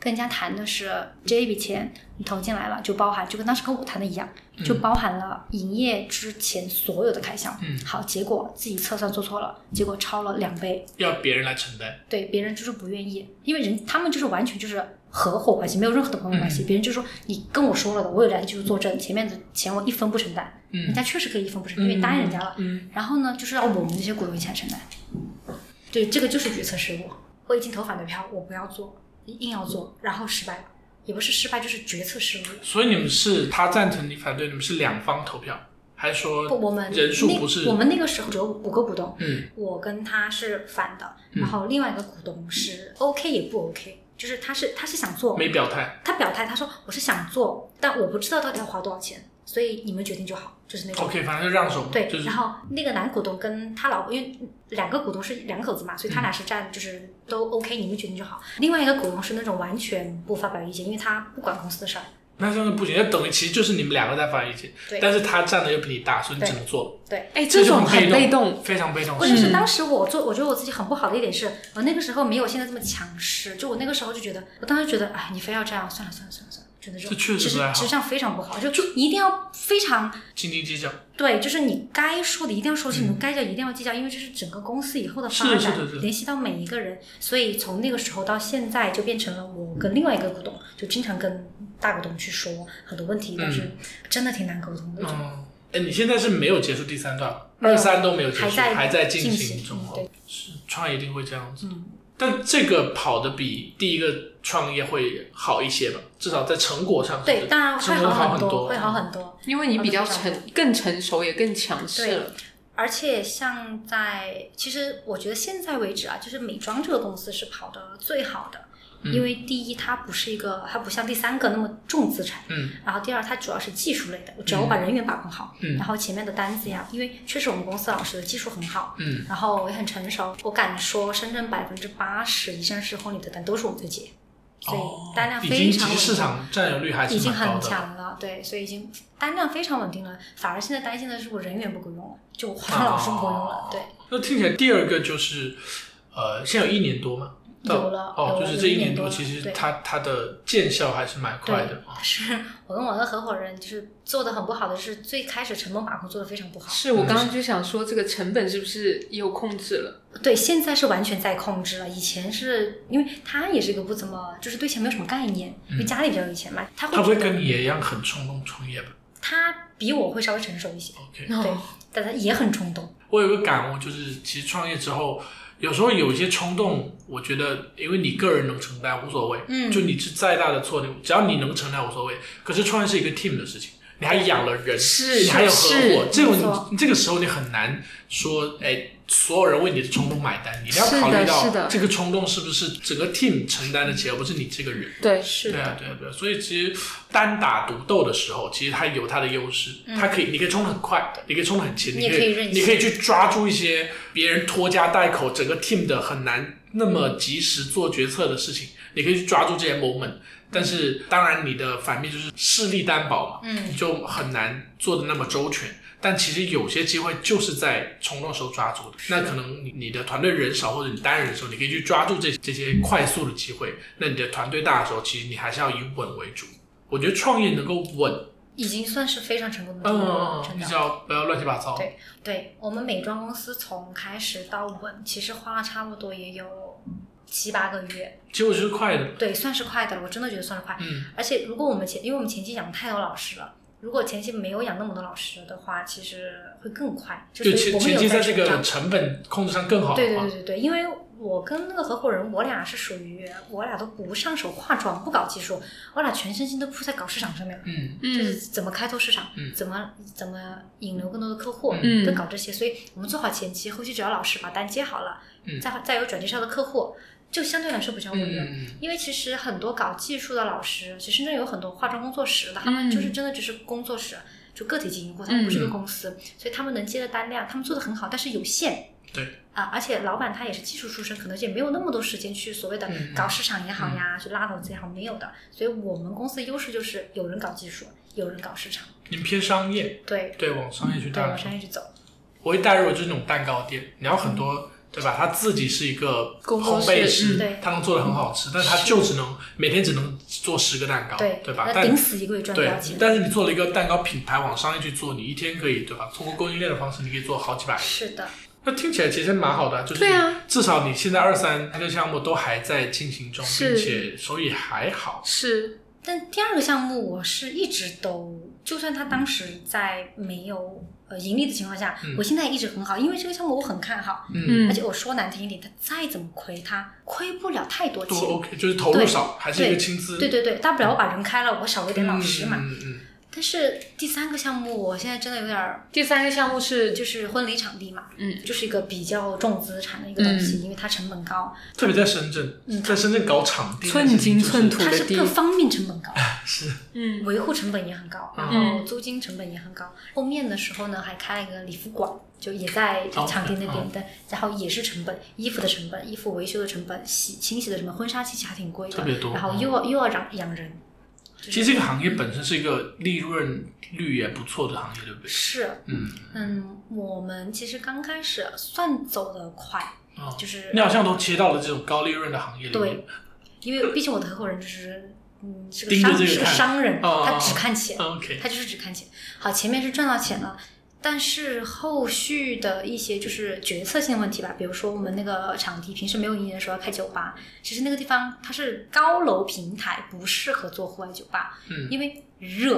跟人家谈的是这一笔钱你投进来了，就包含就跟当时跟我谈的一样，
嗯
就包含了营业之前所有的开销。
嗯
好，结果自己测算做错了，结果超了两倍，
要别人来承担。
对别人就是不愿意，因为人他们就是完全就是合伙关系，没有任何的朋友
嗯
关系。别人就说你跟我说了的，我有来就是作证，前面的钱我一分不承担，
嗯
人家确实可以一分不承担，因为答应人家了。
嗯
然后呢，就是让我们这些股东一起来承担。对，这个就是决策失误。我已经投反对票，我不要做，硬要做，然后失败了，也不是失败，就是决策失误了。
所以你们是他赞成你反对，你们是两方投票，还是说
不，我们
人数
那
不是
我们那个时候只有五个股东，
嗯
我跟他是反的，
嗯
然后另外一个股东是 OK 也不 OK，就是他是他是想做，
没表态？
他表态他说我是想做，但我不知道到底要花多少钱，所以你们决定就好，就是那种。
OK，反正就让手嘛，
嗯对，
就是
然后那个男股东跟他老婆，因为两个股东是两口子嘛，
嗯
所以他俩是占就是都 OK，你们决定就好。另外一个股东是那种完全不发表意见，因为他不管公司的事儿。
那这样就不行，那等于其实就是你们两个在发意见，
对
但是他站的又比你大，所以你
对
只能做，
对，
哎，这种
就
很被
动，
动，
非常被动。嗯
关键
是
是当时我做，我觉得我自己很不好的一点是，我那个时候没有现在这么强势，就我那个时候就觉得，我当时觉得，哎，你非要这样，算了算了算了算了，就那种，
这确实
其
不太好
其实这样非常不好，就就你一定要非常
斤斤计较，
对，就是你该说的一定要说清楚，
嗯
该讲一定要计较，因为这是整个公司以后的
是
发展，
的是的是的
联系到每一个人。所以从那个时候到现在，就变成了我跟另外一个股东，就经常跟大股东去说很多问题，但是真的挺难沟通的，我觉得
嗯，哎，你现在是没有结束第三段吗，
没有
二三都没有结束，
还在
还在进
进
行
行
中
嗯对
哦。是创业一定会这样子，
嗯
但这个跑的比第一个创业会好一些吧，至少在成果上。
对，当然
生
会
活
好
好
多，
多，嗯
会好很多。
因为你比较成更成熟，也更强势了。
而且像在，其实我觉得现在为止啊，就是美妆这个公司是跑得最好的，
嗯
因为第一它不是一个，它不像第三个那么重资产，
嗯
然后第二它主要是技术类的，只要我把人员把控好，
嗯
然后前面的单子呀，因为确实我们公司老师的技术很好。
嗯，
然后也很成熟，我敢说深圳百分之八十以上时候你的单都是我们在接，所
哦
以单量
已
非
经
常
其
稳
实
定。
市场占有率还
已
是
经
蛮高
很
的。
强了，对，所以已经单量非常稳定了。反而现在担心的是我人员不够用了，就我化妆老师不够用
啊
了，对，
那听起来第二个就是，呃，现在有一年多吗？到
有了
哦，
有
就
了
是这一年多，
有一年多了
其实
对
它它的见效还是蛮快的哦
对。但是我跟我的合伙人就是做的很不好的是，最开始成本把控做的非常不好。
嗯
是我刚刚就想说，这个成本是不是也有控制了？
对，现在是完全在控制了，以前是因为他也是一个不怎么，就是对钱没有什么概念，因为家里比较有钱嘛，他
嗯他不会
会觉得
跟你也一样很冲动创业吧
他比我会稍微成熟一些，
？OK，
哦
对，但他也很冲动，
我有个感悟，就是其实创业之后，有时候有一些冲动，我觉得因为你个人能承担无所谓，
嗯
就你是再大的错，你只要你能承担无所谓。可是创业是一个 team 的事情，你还养了人，
是
你还有合伙，
是
这
没
种
错
你这个时候你很难说，哎，所有人为你的冲动买单，你一定要
是的
考虑
是
到
的
这个冲动是不是整个 team 承担得起，而不是你这个人。
对，
是
对啊，对啊，对啊，所以其实单打独斗的时候，其实它有它的优势，它可以，你可以冲得很快，你可以冲得很勤，
嗯你
你
也
可
可
以
以任
你
性
可以去抓住一些别人拖家带口，整个 team 的很难那么及时做决策的事情，你可以去抓住这些 moment。但是当然，你的反面就是势力单薄嘛，
嗯
你就很难做的那么周全。但其实有些机会就是在冲动时候抓住的，那可能你你的团队人少或者你单人的时候，你可以去抓住这这些快速的机会。那你的团队大的时候，其实你还是要以稳为主。我觉得创业能够稳，
已经算是非常成功的地步了，
嗯，
真
你
的
只。要不要乱七八糟。
对对我们美妆公司从开始到稳，其实花了差不多也有七八个月，
结果就是快的，
对，算是快的了。我真的觉得算是快。
嗯，
而且如果我们前，因为我们前期养太多老师了，如果前期没有养那么多老师的话，其实会更快。就
就是前
我们
前
有
期在这
成
个
长
成本控制上更好。啊
对对对对对，因为我跟那个合伙人，我俩是属于我俩都不上手化妆，不搞技术，我俩全身心都扑在搞市场上面了。
嗯，
就是
嗯，
怎么开拓市场，
嗯
怎么怎么引流更多的客户，
嗯
都搞这些。所以我们做好前期，后期只要老师把单接好了，
嗯
再再有转介绍的客户，就相对来说比较
嗯
稳
嗯
了。
嗯，
因为其实很多搞技术的老师，其实深圳有很多化妆工作室的，他
嗯
们就是真的只是工作室，就个体经营过，他们不是一个
嗯
公司，所以他们能接的单量，他们做的很好，但是有限。
对
啊，而且老板他也是技术出身，可能也没有那么多时间去所谓的
嗯
搞市场也好呀，去拉投资也好，没有的。所以我们公司的优势就是有人搞技术，有人搞市场，
你们偏商业，
对，
对，往商业去
对，
带
往。商业去走。
我会带入就是那种蛋糕店，你要很多，对吧？他自己是一个
工作
烘
室
焙师，
嗯
对
他能做的很好吃，但是他就只能每天只能做十个蛋糕，
对，
吧？
那
但
顶死一个月赚多
对
少钱，？
但是你做了一个蛋糕品牌往商业去做，你一天可以对吧？通过供应链的方式，你可以做好几百。
是的，
那听起来其实蛮好的，就是
对啊
你至少你现在二三这个项目都还在进行中，
是
并且收益还好。
是
但第二个项目我是一直都就算他当时在没有呃盈利的情况下，我现在一直很好，因为这个项目我很看好。
嗯，
嗯
而且我说难听一点，他再怎么亏，他亏不了太多
多
钱。
OK，就是投入少，还是一个
对
轻资，
对对对，大不了我把人开了，我少了
嗯，
一点老师嘛。
嗯嗯
但是第三个项目，我现在真的有点儿
第三个项目是
就是婚礼场地嘛，
嗯，
就是一个比较重资产的一个东西，因为它成本高，
嗯，特别在深圳，
嗯
在深圳搞场地，
寸金寸土
它
的
是
地
各，方面成本高，
是
嗯
维护成本也很高，
啊
然
嗯
后租金成本也很高。后面的时候呢，还开了一个礼服馆，就也在
哦
场地那
哦
边的，然后也是成本，衣服的成本、衣服维修的成本、洗清洗的成本，婚纱清洗还挺贵
特
的，
别多。嗯
然后又要又要养养人，就是
其实这个行业本身是一个利润率也不错的行业，对不对？
是
嗯，
嗯，我们其实刚开始算走得快，
哦
就是
你好像都切到了这种高利润的行业里面
对。因为毕竟我的合伙人就是，嗯，是个
盯着
商
这个
是个
看
商人，
哦
他只看钱，
OK，
他就是只看钱。好，前面是赚到钱了，但是后续的一些就是决策性问题吧，比如说我们那个场地平时没有营业的时候要开酒吧，其实那个地方它是高楼平台，不适合做户外酒吧，
嗯，
因为热，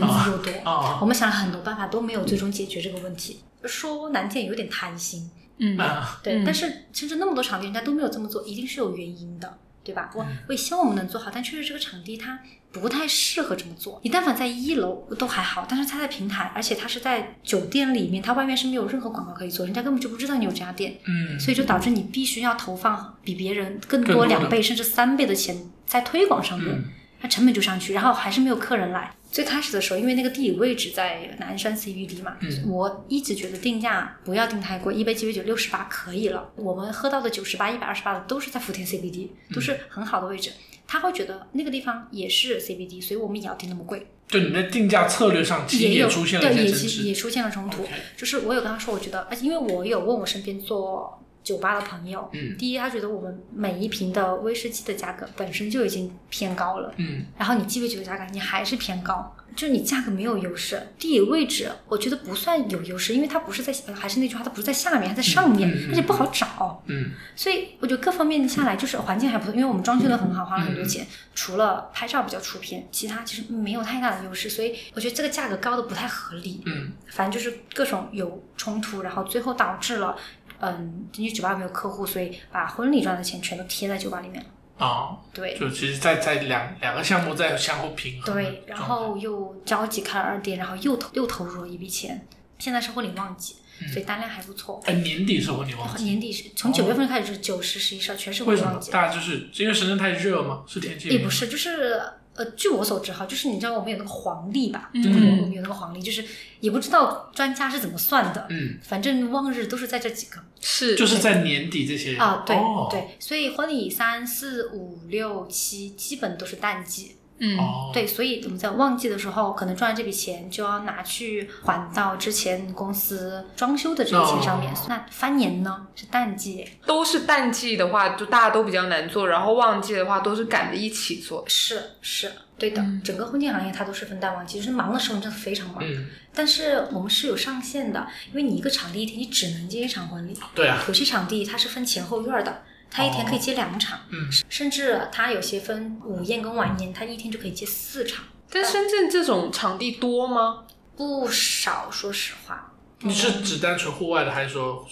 嗯
子又多。
哦，
我们想了很多办法都没有最终解决这个问题，说难听有点贪心，
嗯
啊，
对，
嗯
但是深圳那么多场地，人家都没有这么做，一定是有原因的，对吧？我我也希望我们能做好，但确实这个场地它不太适合这么做。你但凡在一楼都还好，但是它在平台，而且它是在酒店里面，它外面是没有任何广告可以做，人家根本就不知道你有这家店，
嗯，
所以就导致你必须要投放比别人更
更多
多
的
两倍甚至三倍的钱在推广上面
嗯，
它成本就上去，然后还是没有客人来。最开始的时候，因为那个地理位置在南山 CBD 嘛，
嗯
我一直觉得定价不要定太贵，一杯鸡尾酒六十八可以了。我们喝到的九十八、一百二十八的都是在福田 CBD，
嗯
都是很好的位置。他会觉得那个地方也是 CBD，所以我们也要定那么贵，
就你在定价策略上其实
有
出现了
对
一些
也
争
其也
执。
出现了冲突。
OK，
就是我有跟他说，我觉得，而且因为我有问我身边做酒吧的朋友，
嗯
第一，他觉得我们每一瓶的威士忌的价格本身就已经偏高了，
嗯
然后你鸡尾酒的价格你还是偏高，就是你价格没有优势，地理位置我觉得不算有优势，因为它不是在，呃还是那句话，它不是在下面，它在上
嗯
面，
嗯嗯
而且不好找，
嗯
所以我觉得各方面下来就是环境还不错，因为我们装修的很好，花了很多
嗯
钱，除了拍照比较出片，其他其实没有太大的优势，所以我觉得这个价格高的不太合理，
嗯
反正就是各种有冲突，然后最后导致了，嗯，因为酒吧没有客户，所以把婚礼赚的钱全都贴在酒吧里面了。
啊，
对
就其实在在两两个项目在相互平衡的嗯状态。
对，然后又着急开了二店，然后又投又投入了一笔钱，现在是婚礼旺季，所以单量还不错。
嗯哎，年底是婚礼旺季，
哦年底是从九月份开始就是九十、十一、十二全是婚
为
礼
什
旺
么
季，
大家就是因为深圳太热吗？是天气
也
原因
不
吗？
是，就是呃，据我所知哈，就是你知道我们有那个黄历吧，
嗯
就是我们有那个黄历，就是也不知道专家是怎么算的，
嗯，
反正旺日都是在这几个。
是
就是在年底这些
啊，对、
哦
对，所以婚礼三四五六七基本都是淡季，
嗯
哦，
对，所以我们在旺季的时候，可能赚了这笔钱就要拿去还到之前公司装修的这笔钱上面。
哦
那翻年呢是淡季，
都是淡季的话，就大家都比较难做，然后旺季的话都是赶着一起做。
是是对的，
嗯
整个婚庆行业它都是分淡旺季，就是忙的时候真的非常忙，
嗯，
但是我们是有上限的，因为你一个场地一天你只能接一场婚礼，
对啊，
有些场地它是分前后院儿的。它一天可以接两场，
嗯
甚至它有些分午宴跟晚宴，它一天就可以接四场，
但深圳这种场地多吗？
不少。说实话，
你是指单纯户外的，还是说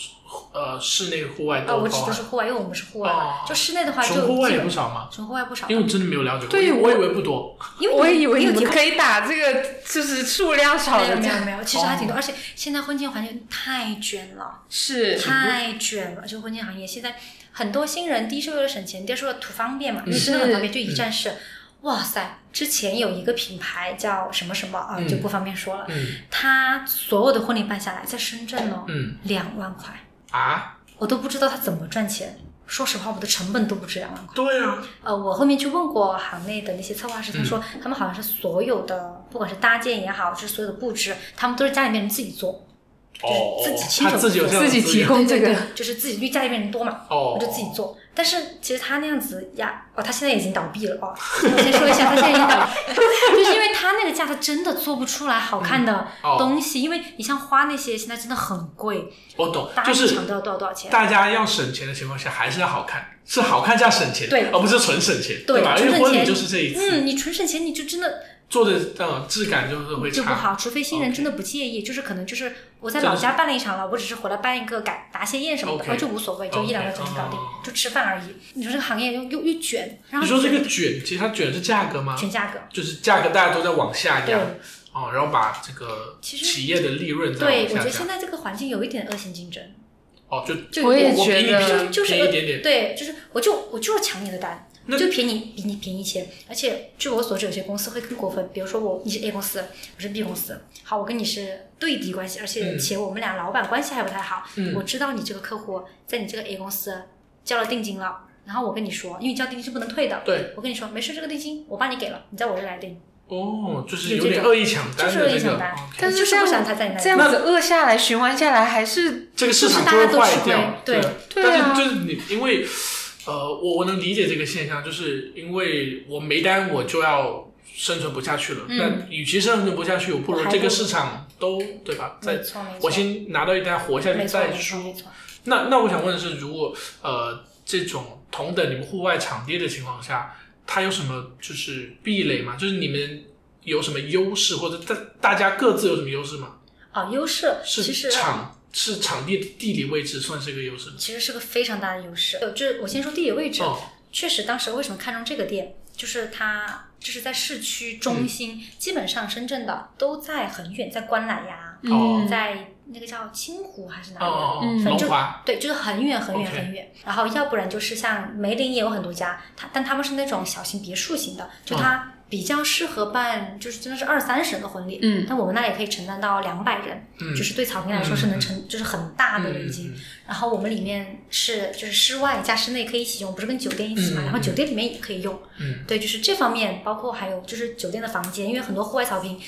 呃室内户外
啊，
都
我指
包
的
含
是？户外，因为我们是户外嘛
哦，
就室内的话就
纯户外
基
也
本
不少吗？
纯户外不少，
因为我真的没有了解过，
对
我
我
以为不多。
因为
我也以为
你
你
有
们
听过
可以打这个，就是数量少
没
的
有没
架
有没有，其实还挺多，而且现在婚庆环境太卷了，
是
太卷了，就婚庆行业现在很多新人，第一是为了省钱，第二是为了图方便嘛，
嗯
因为真的很方便，就一站式。哇塞，之前有一个品牌叫什么什么啊，
嗯
就不方便说了，
嗯
他所有的婚礼办下来，在深圳哦，
嗯
两万块，
啊，
我都不知道他怎么赚钱。说实话，我的成本都不止两万块。
对啊，
呃，我后面去问过行内的那些策划师，
嗯
他说他们好像是所有的，不管是搭建也好，就是所有的布置，他们都是家里面人自己做，
哦，
自己亲手
他自己哦有这样的
自己
资源
提供这个
对对对就是自己，因为家里面人多嘛，
哦
我就自己做。但是其实他那样子呀，哦，他现在已经倒闭了哦。我先说一下，他现在已经倒闭， 就是因为他那个价，他真的做不出来好看的
哦
东西，因为你像花那些，现在真的很贵，
我懂，
搭
就
一
是
场都要多少多少钱？
大家要省钱的情况下，还是要好看，是好看加省钱，
对
而不是纯省钱，
对
吧？因
纯
为
省
婚礼
钱嗯
就是这一次，
嗯，你纯省钱，你就真的
做的呃质感就是会
就不
差。
好，除非新人真的不介意，就是可能就是我在老家办了一场了，我只是回来办一个赶答谢宴什么的，哦
OK
然后就无所谓，就一两个
OK，
小时搞定
哦，
就吃饭而已。你说这个行业又又又卷，然后
你说这个卷，其实它卷的是价格吗？
卷价格，
就是价格大家都在往下
对
压哦，然后把这个
其实
企业的利润再
对，
往
我觉
下
得
压
现。在这个环境有一点恶性竞争，
哦，就
就
我
有
也
点
觉
我
得
比
就就是
嗯便
呃
宜一点点。
对，就是我就我就是抢你的单
那，
就便宜比你便宜一些。而且据我所知，有些公司会更过分，比如说我你是 A 公司，我是 B 公司，好，我跟你是对敌关系，而且
嗯
且我们俩老板关系还不太好。
嗯
我知道你这个客户在你这个 A 公司交了定金了，然后我跟你说，因为交定金是不能退的。
对，
我跟你说，没事，这个定金我帮你给了，你在我这来定，
哦，就是有
嗯有这
点
种
恶意抢单
就是
的
恶意
那
抢
个哦
单
OK
但是
就是不
这样
想他在你那里
这样子饿下来，循环下来还是
这个市
就是
场
大
就
家
会
都吃
坏
亏
掉。
对
对啊
但是就是你，因为呃，我我能理解这个现象，就是因为我没单我就要生存不下去了。
嗯
那与其生存不下去，我不如
我还
这个
不
市场都对吧？
没
再
错没错，
我先拿到一单活下去
没错
再
没
说
错。没错。
那那我想问的是，如果呃这种同等你们户外场地的情况下，它有什么就是壁垒吗？就是你们有什么优势，或者大大家各自有什么优势吗？
哦，优势
是
其实
场是场地的地理位置算是一个优势吗？
其实是个非常大的优势。呃就是我先说地理位置，
哦，
确实当时为什么看中这个店，就是它就是在市区中心，基本上深圳的都在很远，在观览呀，
哦
在那个叫清湖还是哪
哦
里？
哦哦，
嗯
龙
反正
华
对，就是很远很远
OK
很远。然后要不然就是像梅林也有很多家，它但他们是那种小型别墅型的，就
哦
它比较适合办，就是真的是二三十人的婚礼。
嗯
但我们那也可以承担到两百人，
嗯
就是对草坪来说是能承，就是很大的了已经。
嗯嗯
然后我们里面是就是室外加室内可以一起用，不是跟酒店一起嘛？
嗯
然后酒店里面也可以用。
嗯，
对，就是这方面，包括还有就是酒店的房间，因为很多户外草坪。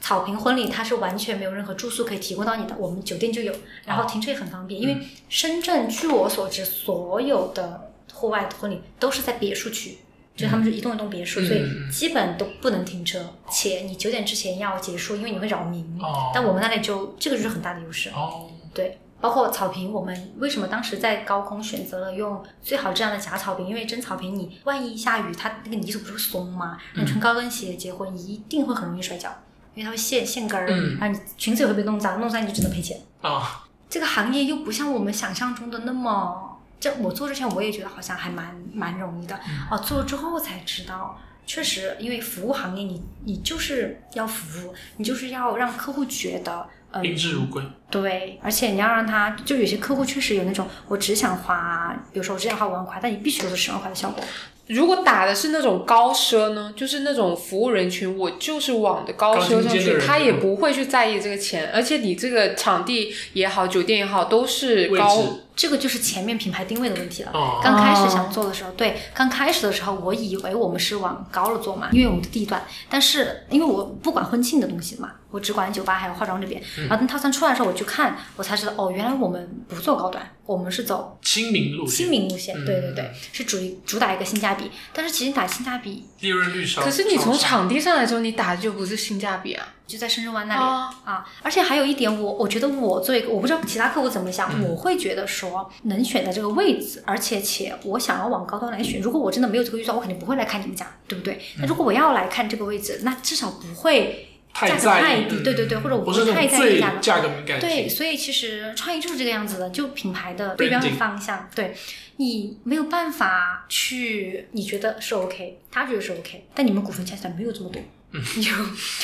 草坪婚礼它是完全没有任何住宿可以提供到你的，我们酒店就
哦
有，然后停车也很
嗯
方便。因为深圳据我所知，所有的户外婚礼都是在别墅区，就他们是一栋一栋别墅，
嗯
所以基本都不能停车，且你九点之前要结束，因为你会扰民。
哦
但我们那里就这个就是很大的优势。
哦，
对，包括草坪，我们为什么当时在高空选择了用最好质量的假草坪？因为真草坪你万一下雨，它那个泥土不是会松吗？你穿高跟鞋结婚一定会很容易摔跤，因为它会陷陷根儿，
嗯
然后你裙子也会被弄脏，弄脏你就只能赔钱。
啊，
这个行业又不像我们想象中的那么，这我做之前我也觉得好像还蛮蛮容易的，哦，做了之后才知道。确实，因为服务行业你，你就是要服务，你就是要让客户觉得，呃，
宾至如归。
对，而且你要让他，就有些客户确实有那种，我只想花，比如说我只想花五万块，但你必须给我十万块的效果。
如果打的是那种高奢呢，就是那种服务人群，我就是往的高奢
高
上
精尖的
去，
人
他也不会去在意这个钱，而且你这个场地也好，酒店也好，都是
位
高
置
这个就是前面品牌定位的问题了。
哦
刚开始
哦
想做的时候，对，刚开始的时候，我以为我们是往高了做嘛，因为我们的地段，但是因为我不管婚庆的东西嘛，我只管酒吧还有化妆这边。
嗯
然后等套餐出来的时候，我去看，我才知道，哦，原来我们不做高端，我们是走
亲民路
亲
线，
民路线。对对对
嗯，
是主主打一个性价比，但是其实打性价比
利润率少。
可是你
少
从
少
场地上来说，你打的就不是性价比啊。
就在深圳湾那里、
哦
啊。而且还有一点我，我觉得我作为一个，我不知道其他客户怎么想，
嗯
我会觉得说能选在这个位置，而且且我想要往高端来选。如果我真的没有这个预算，我肯定不会来看你们家，对不对？
嗯
那如果我要来看这个位置，那至少不会。
太
价格
在
太低对对对或者我
不是
不
那
太
种
在意
最
价格
价格敏感的
对，
型，
所以其实创业就是这个样子的，就品牌的对标的
Branding
方向，对你没有办法去，你觉得是 OK，他觉得是 OK，但你们股份加起来没有这么多，
嗯
你就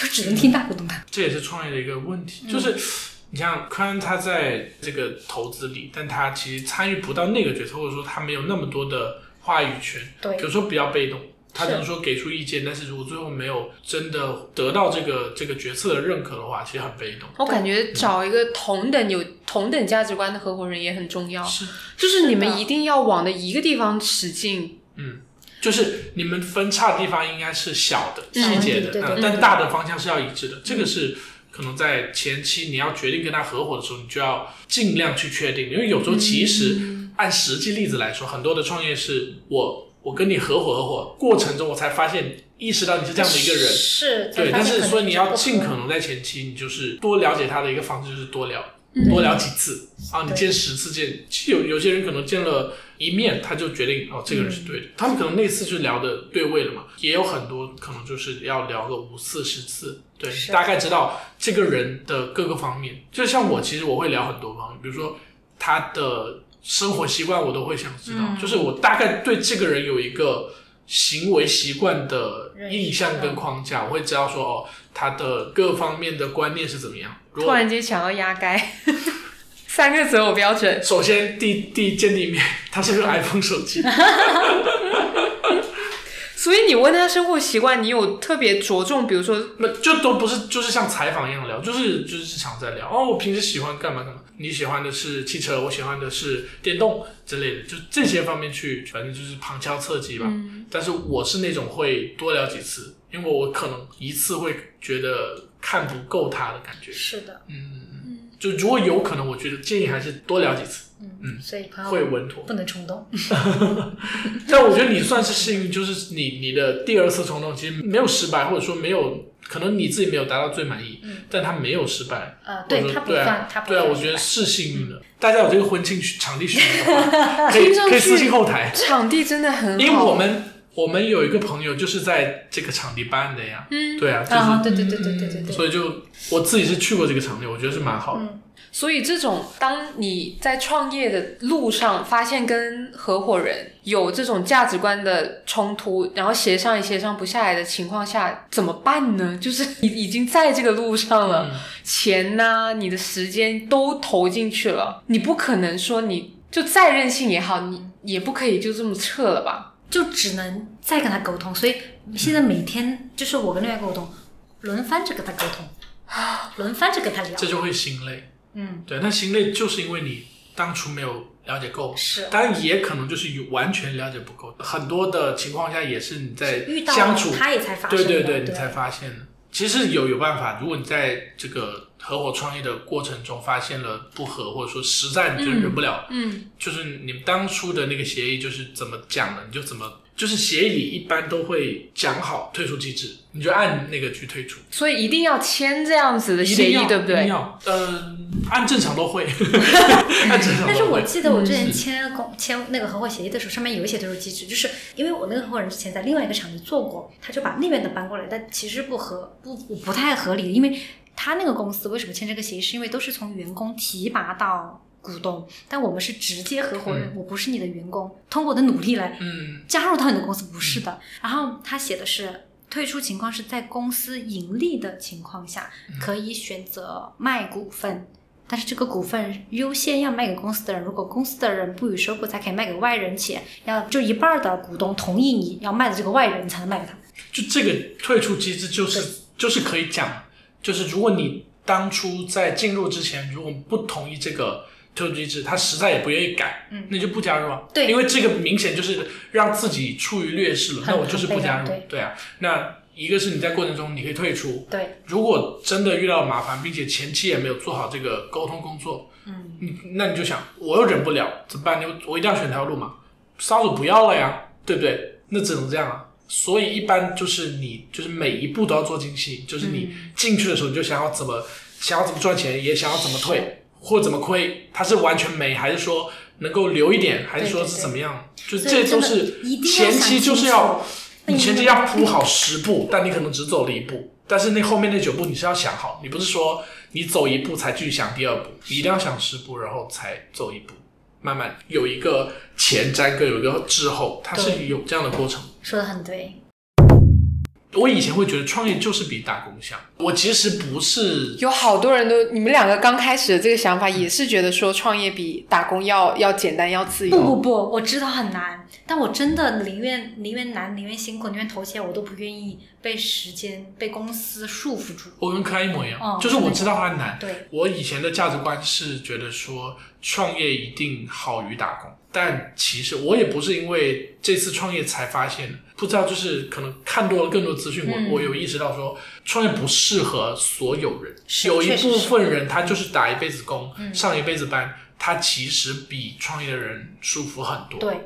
就只能听大股东的。
这也是创业的一个问题，
嗯
就是。你像宽，他在这个投资里，但他其实参与不到那个角色，或者说他没有那么多的话语权。
对
有时候比较被动，他
是
只能说给出意见，但是如果最后没有真的得到这个这个决策的认可的话，其实很被动。
我感觉找一个同等有同等价值观的合伙人也很重要，
是，
就是你
是
们
的
一定要往的一个地方使劲。
嗯，就是你们分叉的地方应该是小的、
嗯
细节的，
对对
嗯
对
但大的方向是要一致的。这个是可能在前期你要决定跟他合伙的时候，你就要尽量去确定，因为有时候其实
嗯
按实际例子来说，很多的创业是我我跟你合伙合伙过程中，我才发现意识到你是这样的一个人。
是，
对，
才发
但
现
是
可能
所以你要
不合
尽可能在前期，你就是多了解他的一个方式就是多聊，嗯
嗯
多聊几次啊，你见十次见，其实有有些人可能见了一面，他就决定哦，这个人是对的，他们可能那次就聊的对位了嘛，也有很多可能就是要聊个五次十次，对，
是
大概知道这个人的各个方面。就像我，其实我会聊很多方面，比如说他的生活习惯，我都会想知道，
嗯
就是我大概对这个人有一个行为习惯的印象跟框架，我会知道说哦，他的各方面的观念是怎么样。如
突
果
然间想要压该， 三个择偶标准，
首先第第见第一面，他是不是 iPhone 手机？
所以你问他生活习惯，你有特别着重，比如说，
那就都不是，就是像采访一样聊，就是就是日常在聊。哦，我平时喜欢干嘛干嘛，你喜欢的是汽车，我喜欢的是电动之类的，就这些方面去，反正就是旁敲侧击吧。但是我是那种会多聊几次，因为我可能一次会觉得看不够他的感觉。
是的，
嗯，就如果有可能，我觉得建议还是多聊几次，嗯
所以朋
会嗯
友
稳妥。
不能冲动。
但我觉得你算是幸运，就是你你的第二次冲动其实没有失败，或者说没有，可能你自己没有达到最满意，但他没有失败。
呃，嗯对他不
对
算
啊，
他不
对啊，
算
我
失
觉得
败
是幸运的。大家有这个婚庆场地需求的 话，可以
听上去
可以私信后台，
场地真的很好，
因为我们我们有一个朋友就是在这个场地办的呀，
嗯
对啊，就是。
啊，对对对对对对嗯对，
所以就我自己是去过这个场地，我觉得是蛮好的。
所以，这种当你在创业的路上发现跟合伙人有这种价值观的冲突，然后协商也协商不下来的情况下，怎么办呢？就是你已经在这个路上了，
嗯
钱呐、你的时间都投进去了，你不可能说你就再任性也好，你也不可以就这么撤了吧？
就只能
再跟他沟通。所以现在每天就是我跟另外一个沟通，轮番着跟他沟通，轮番着跟他聊
这。就会心累。
嗯，
对，但心累就是因为你当初没有了解够，
是
当然也可能就是有完全了解不够，很多的情况下也是你在
遇到
相处，
他也才发现
对
的，
对
对
对，你才发现的。其实有有办法，如果你在这个合伙创业的过程中发现了不合，或者说实在你就忍不了，
嗯，
就是你们当初的那个协议就是怎么讲的，你就怎么。就是协议一般都会讲好退出机制，你就按那个去退出。
所以一定要签这样子的
一
协
定
议
要，，
对不
一定
对？
要，呃，按正常都会，按正常都会。
但是我记得我之前签公签那个合伙协议的时候，上面有一些退出机制，就是因为我那个合伙人之前在另外一个场地做过，他就把那边的搬过来，但其实不合不不太合理，因为他那个公司为什么签这个协议，是因为都是从员工提拔到股东，但我们是直接合伙人，我不是你的员工，通过我的努力来
嗯，
加入到你的公司不是的。然后他写的是退出情况是在公司盈利的情况下，可以选择卖股份。但是这个股份优先要卖给公司的人，如果公司的人不予收购，才可以卖给外人，且要就一半儿的股东同意你要卖的这个外人，你才能卖给他。
就这个退出机制就是就是可以讲，就是如果你当初在进入之前如果不同意这个退出机制，他实在也不愿意改，
嗯
那就不加入啊。
对
因为这个明显就是让自己处于劣势了，
很
那我就是不加入。
很悲哀
啊，那一个是你在过程中你可以退出，
对，
如果真的遇到麻烦，并且前期也没有做好这个沟通工作，
嗯，
你那你就想，我又忍不了，怎么办？我我一定要选条路嘛，骚主不要了呀，对不对？那只能这样啊。所以一般就是你就是每一步都要做精细，就是你
嗯
进去的时候你就想要怎么想要怎么赚钱，也想要怎么退或怎么亏，它是完全没，还是说能够留一点，还是说是怎么样？
所以
就这都
真的
是
一定要
前
想
期就是
清
要
楚
你前期要铺好十步， 但你可能只走了一步，但是那后面那九步你是要想好，你不是说你走一步才去想第二步，你一定要想十步，然后才走一步，慢慢有一个前瞻跟有一个滞后，它是有这样的过程。
说的很对。
我以前会觉得创业就是比打工像，我其实不是
有好多人都，你们两个刚开始的这个想法也是觉得说创业比打工要要简单要自
嗯
由，
不不不，我知道很难，但我真的宁愿宁愿难，宁愿辛苦，宁愿投钱，我都不愿意被时间、被公司束缚住。
我跟开一模一样，
哦
就是我知道它难。
对，
我以前的价值观是觉得说创业一定好于打工，但其实我也不是因为这次创业才发现的，不知道就是可能看多了更多资讯，我、我有意识到说创业不适合所有人，
是
有一
确实
部
是
分人他就是打一辈子工，上一辈子班，他其实比创业的人舒服很多。
对，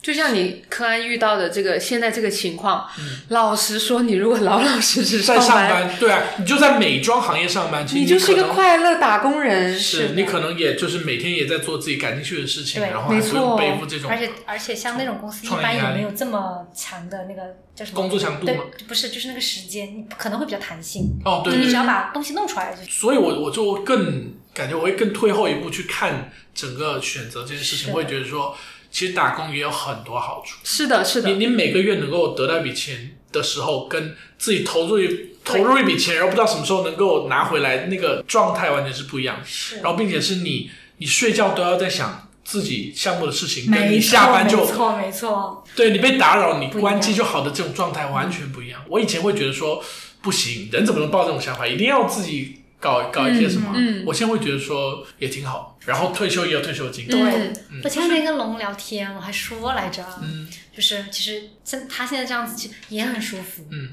就像你科安遇到的这个现在这个情况，老实说，你如果老老实实
嗯在上
班，
班，对啊，你就在美妆行业上班，其实
你就是一
可
个
能
快乐打工人。
是你可能也就是每天也在做自己感兴趣的事情，
对
然后还不用
没错
背负这种
而且而且像那种公司一
创业
般
压
也
力
没有这么强的那个叫什么
工作强度
对
嘛。，
不是就是那个时间，你可能会比较弹性，
哦，对，
你
对
只要把东西弄出来就。
所以我我就更感觉我会更退后一步去看整个选择这件事
是
情，
的
我会觉得说，其实打工也有很多好处。
是的，是
你
的，
你每个月能够得到一笔钱的时候，跟自己投入一投入一笔钱，然后不知道什么时候能够拿回来，那个状态完全是不一样的。
是
然后，并且是你你睡觉都要在想自己项目的事情，跟
没
你
错
下班就
没错没错，
对你被打扰，你
不一样
关机就好的这种状态完全不一样。我以前会觉得说，不行，人怎么能抱这种想法？一定要自己搞搞一些什么。
嗯嗯
我现在会觉得说也挺好，然后退休也有退休金。
对
嗯
我前两天跟龙聊天，我还说来着，
嗯
就是其实像他现在这样子就也很舒服。
嗯，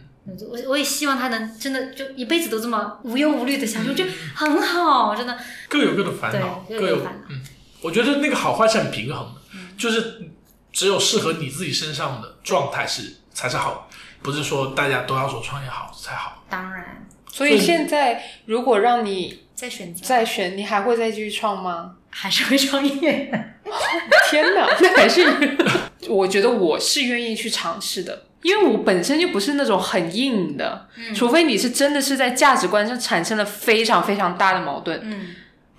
我我也希望他能真的就一辈子都这么无忧无虑的享
嗯
受，就很好，真的。
各有各的烦恼，
对
各
各有
有
各的烦恼
嗯，我觉得那个好坏是很平衡的，
嗯
就是只有适合你自己身上的状态是才是好，不是说大家都要说创业好才好。
当然，
所以现在如果让你
再选择
再选，你还会再继续创吗？
还是会创业。
天哪，那还是我觉得我是愿意去尝试的，因为我本身就不是那种很硬的，除非你是真的是在价值观上产生了非常非常大的矛盾。
嗯，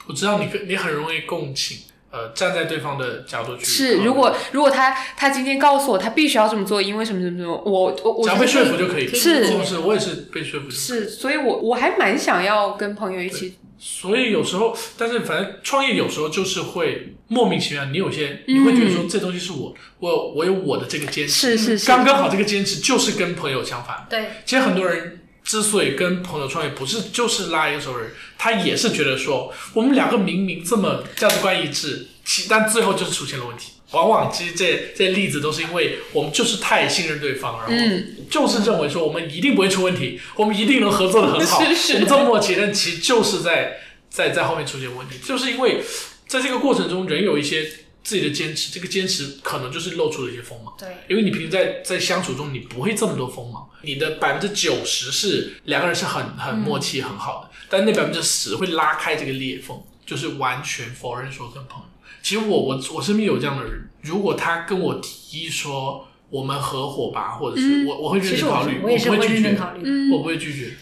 我知道你跟你很容易共情，呃，站在对方的角度去考
是，
虑
如果如果他他今天告诉我他必须要这么做，因为什么什么什么，我我
只
我
要
觉
被
得
说服就可以，
可以
是
是是，我也是被说服就可以。
是，所以我我还蛮想要跟朋友一起，
所以有时候，但是反正创业有时候就是会莫名其妙，你有些你会觉得说这东西是我，我我有我的这个坚持，
嗯是是是，
刚刚好这个坚持就是跟朋友相反。
对，
其实很多人之所以跟朋友创业，不是就是拉一个熟人，他也是觉得说我们两个明明这么价值观一致，其但最后就是出现了问题。往往其实这这些例子都是因为我们就是太信任对方，然后
嗯，
就是认为说我们一定不会出问题，我们一定能合作的很好，
是是
我们这么默契，但其实就是在在在后面出现问题，就是因为在这个过程中，人有一些自己的坚持，这个坚持可能就是露出了一些锋芒。
对，
因为你平时在在相处中，你不会这么多锋芒，你的百分之九十是两个人是很很默契、很好的，
嗯
但那百分之十会拉开这个裂缝，就是完全否认说跟朋友。其实我我我身边有这样的人，如果他跟我提议说我们合伙吧，或者是
嗯
我我会认
其实
真
我
考虑，
我也是
不
会
会拒
认真
绝，
考虑。
嗯
我不会拒绝。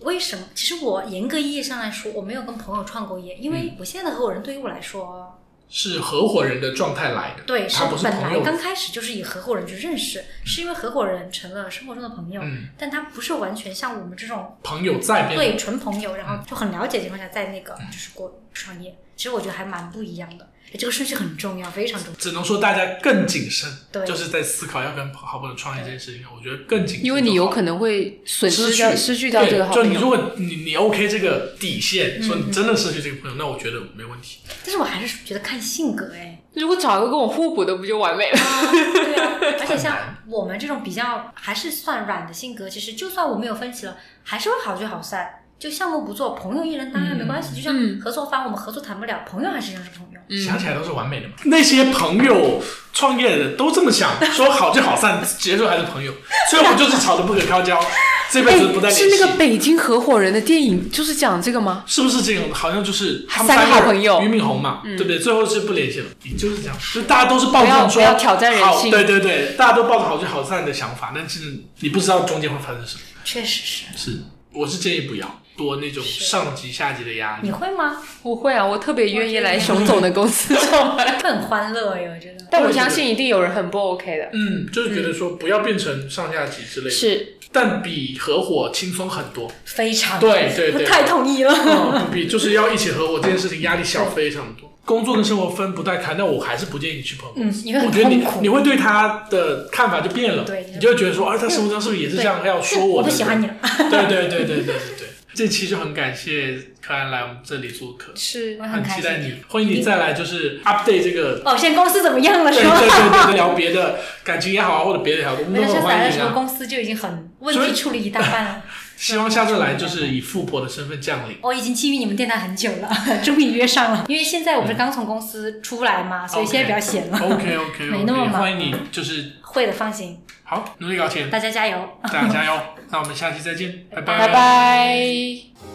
为什么？其实我严格意义上来说，我没有跟朋友创过业，因
嗯
为我现在的合伙人对于我来说，
是合伙人的状态来的，
对，
他不是
本
朋
来
友。
刚开始就是以合伙人去认识，是因为合伙人成了生活中的朋友，
嗯，
但他不是完全像我们这种
朋友在变，
对纯朋友，然
嗯
后就很了解的情况下在那个就是过创业，其实我觉得还蛮不一样的。这个顺序很重要，非常重要。
只能说大家更谨慎，
对
就是在思考要跟好朋友创业这件事情，我觉得更谨慎就好，
因为你有可能会损失掉
失去
失去掉这个好
对就
朋
你如
友，嗯
果你你 OK 这个底线，说你真的失去这个朋友，那我觉得没问题。
但是我还是觉得看性格哎，
如果找一个跟我互补的，不就完美了？
对啊，而
很
且
难
像我们这种比较还是算软的性格，其实就算我们有分歧了，还是会好聚好散。就项目不做，朋友一人当然没关系。就像
嗯
合作方，我们合作谈不了，朋友还是一样是朋友。
想起来都是完美的嘛。那些朋友创业的都这么想，说好聚好散，结束还是朋友，所以我们就是吵得不可开交，这辈子不再
哎，
联系。
是那个北京合伙人的电影，就是讲这个吗？
是不是这种？好像就是他们
三个
个
好朋友嗯
俞敏洪嘛，对不对？最后是不联系了，就是这样，就大家都是抱着
不要
这种说
不要挑战人
好
性
对对对，大家都抱着好聚好散的想法，但是你不知道中间会发生什么。
确实是，
是，我是建议不要多那种上级下级的压力
你。会吗？
我会啊，我特别愿意来熊总的公司 上班，
会很欢乐哎，我觉得。
但我相信一定有人很不 OK 的。
嗯，就是觉得说不要变成上下级之类的，
嗯
是，
但比合伙轻松很 多。
非常
对对对，
太同意了。
嗯比就是要一起合伙这件事情压力小非常多。工作跟生活分不太开，那我还是不建议你去朋友公司。
嗯因为很
我觉得你
痛苦
你会对他的看法就变了，
对
你就会觉得说，啊，他生活上是不是也是这样要说
我
的
不喜欢你了，
对对对对对对对。 这期就很感谢柯安来我们这里做客，
是
我，很
很
开
期待
心。
你，欢迎你再来，就是 update 这个
哦，现在公司怎么 样了？
对对
是吧？
对对，对聊别的感情也好啊，或者别的也好，我们都
没有，
很
上次来
欢
的
迎
时候
啊。
公司就已经很问
所以
题处理一大半了。
希望下次来就是以富婆的身份降临。
我已经觊觎你们电台很久了， 终于约上了。因为现在我不是刚从公司出来嘛，所以现在比较闲了。
OK OK，
没那么忙
欢迎你，就是
会的，放心，
好努力搞钱，
大家加油。
大家加油。那我们下期再见，拜
拜拜。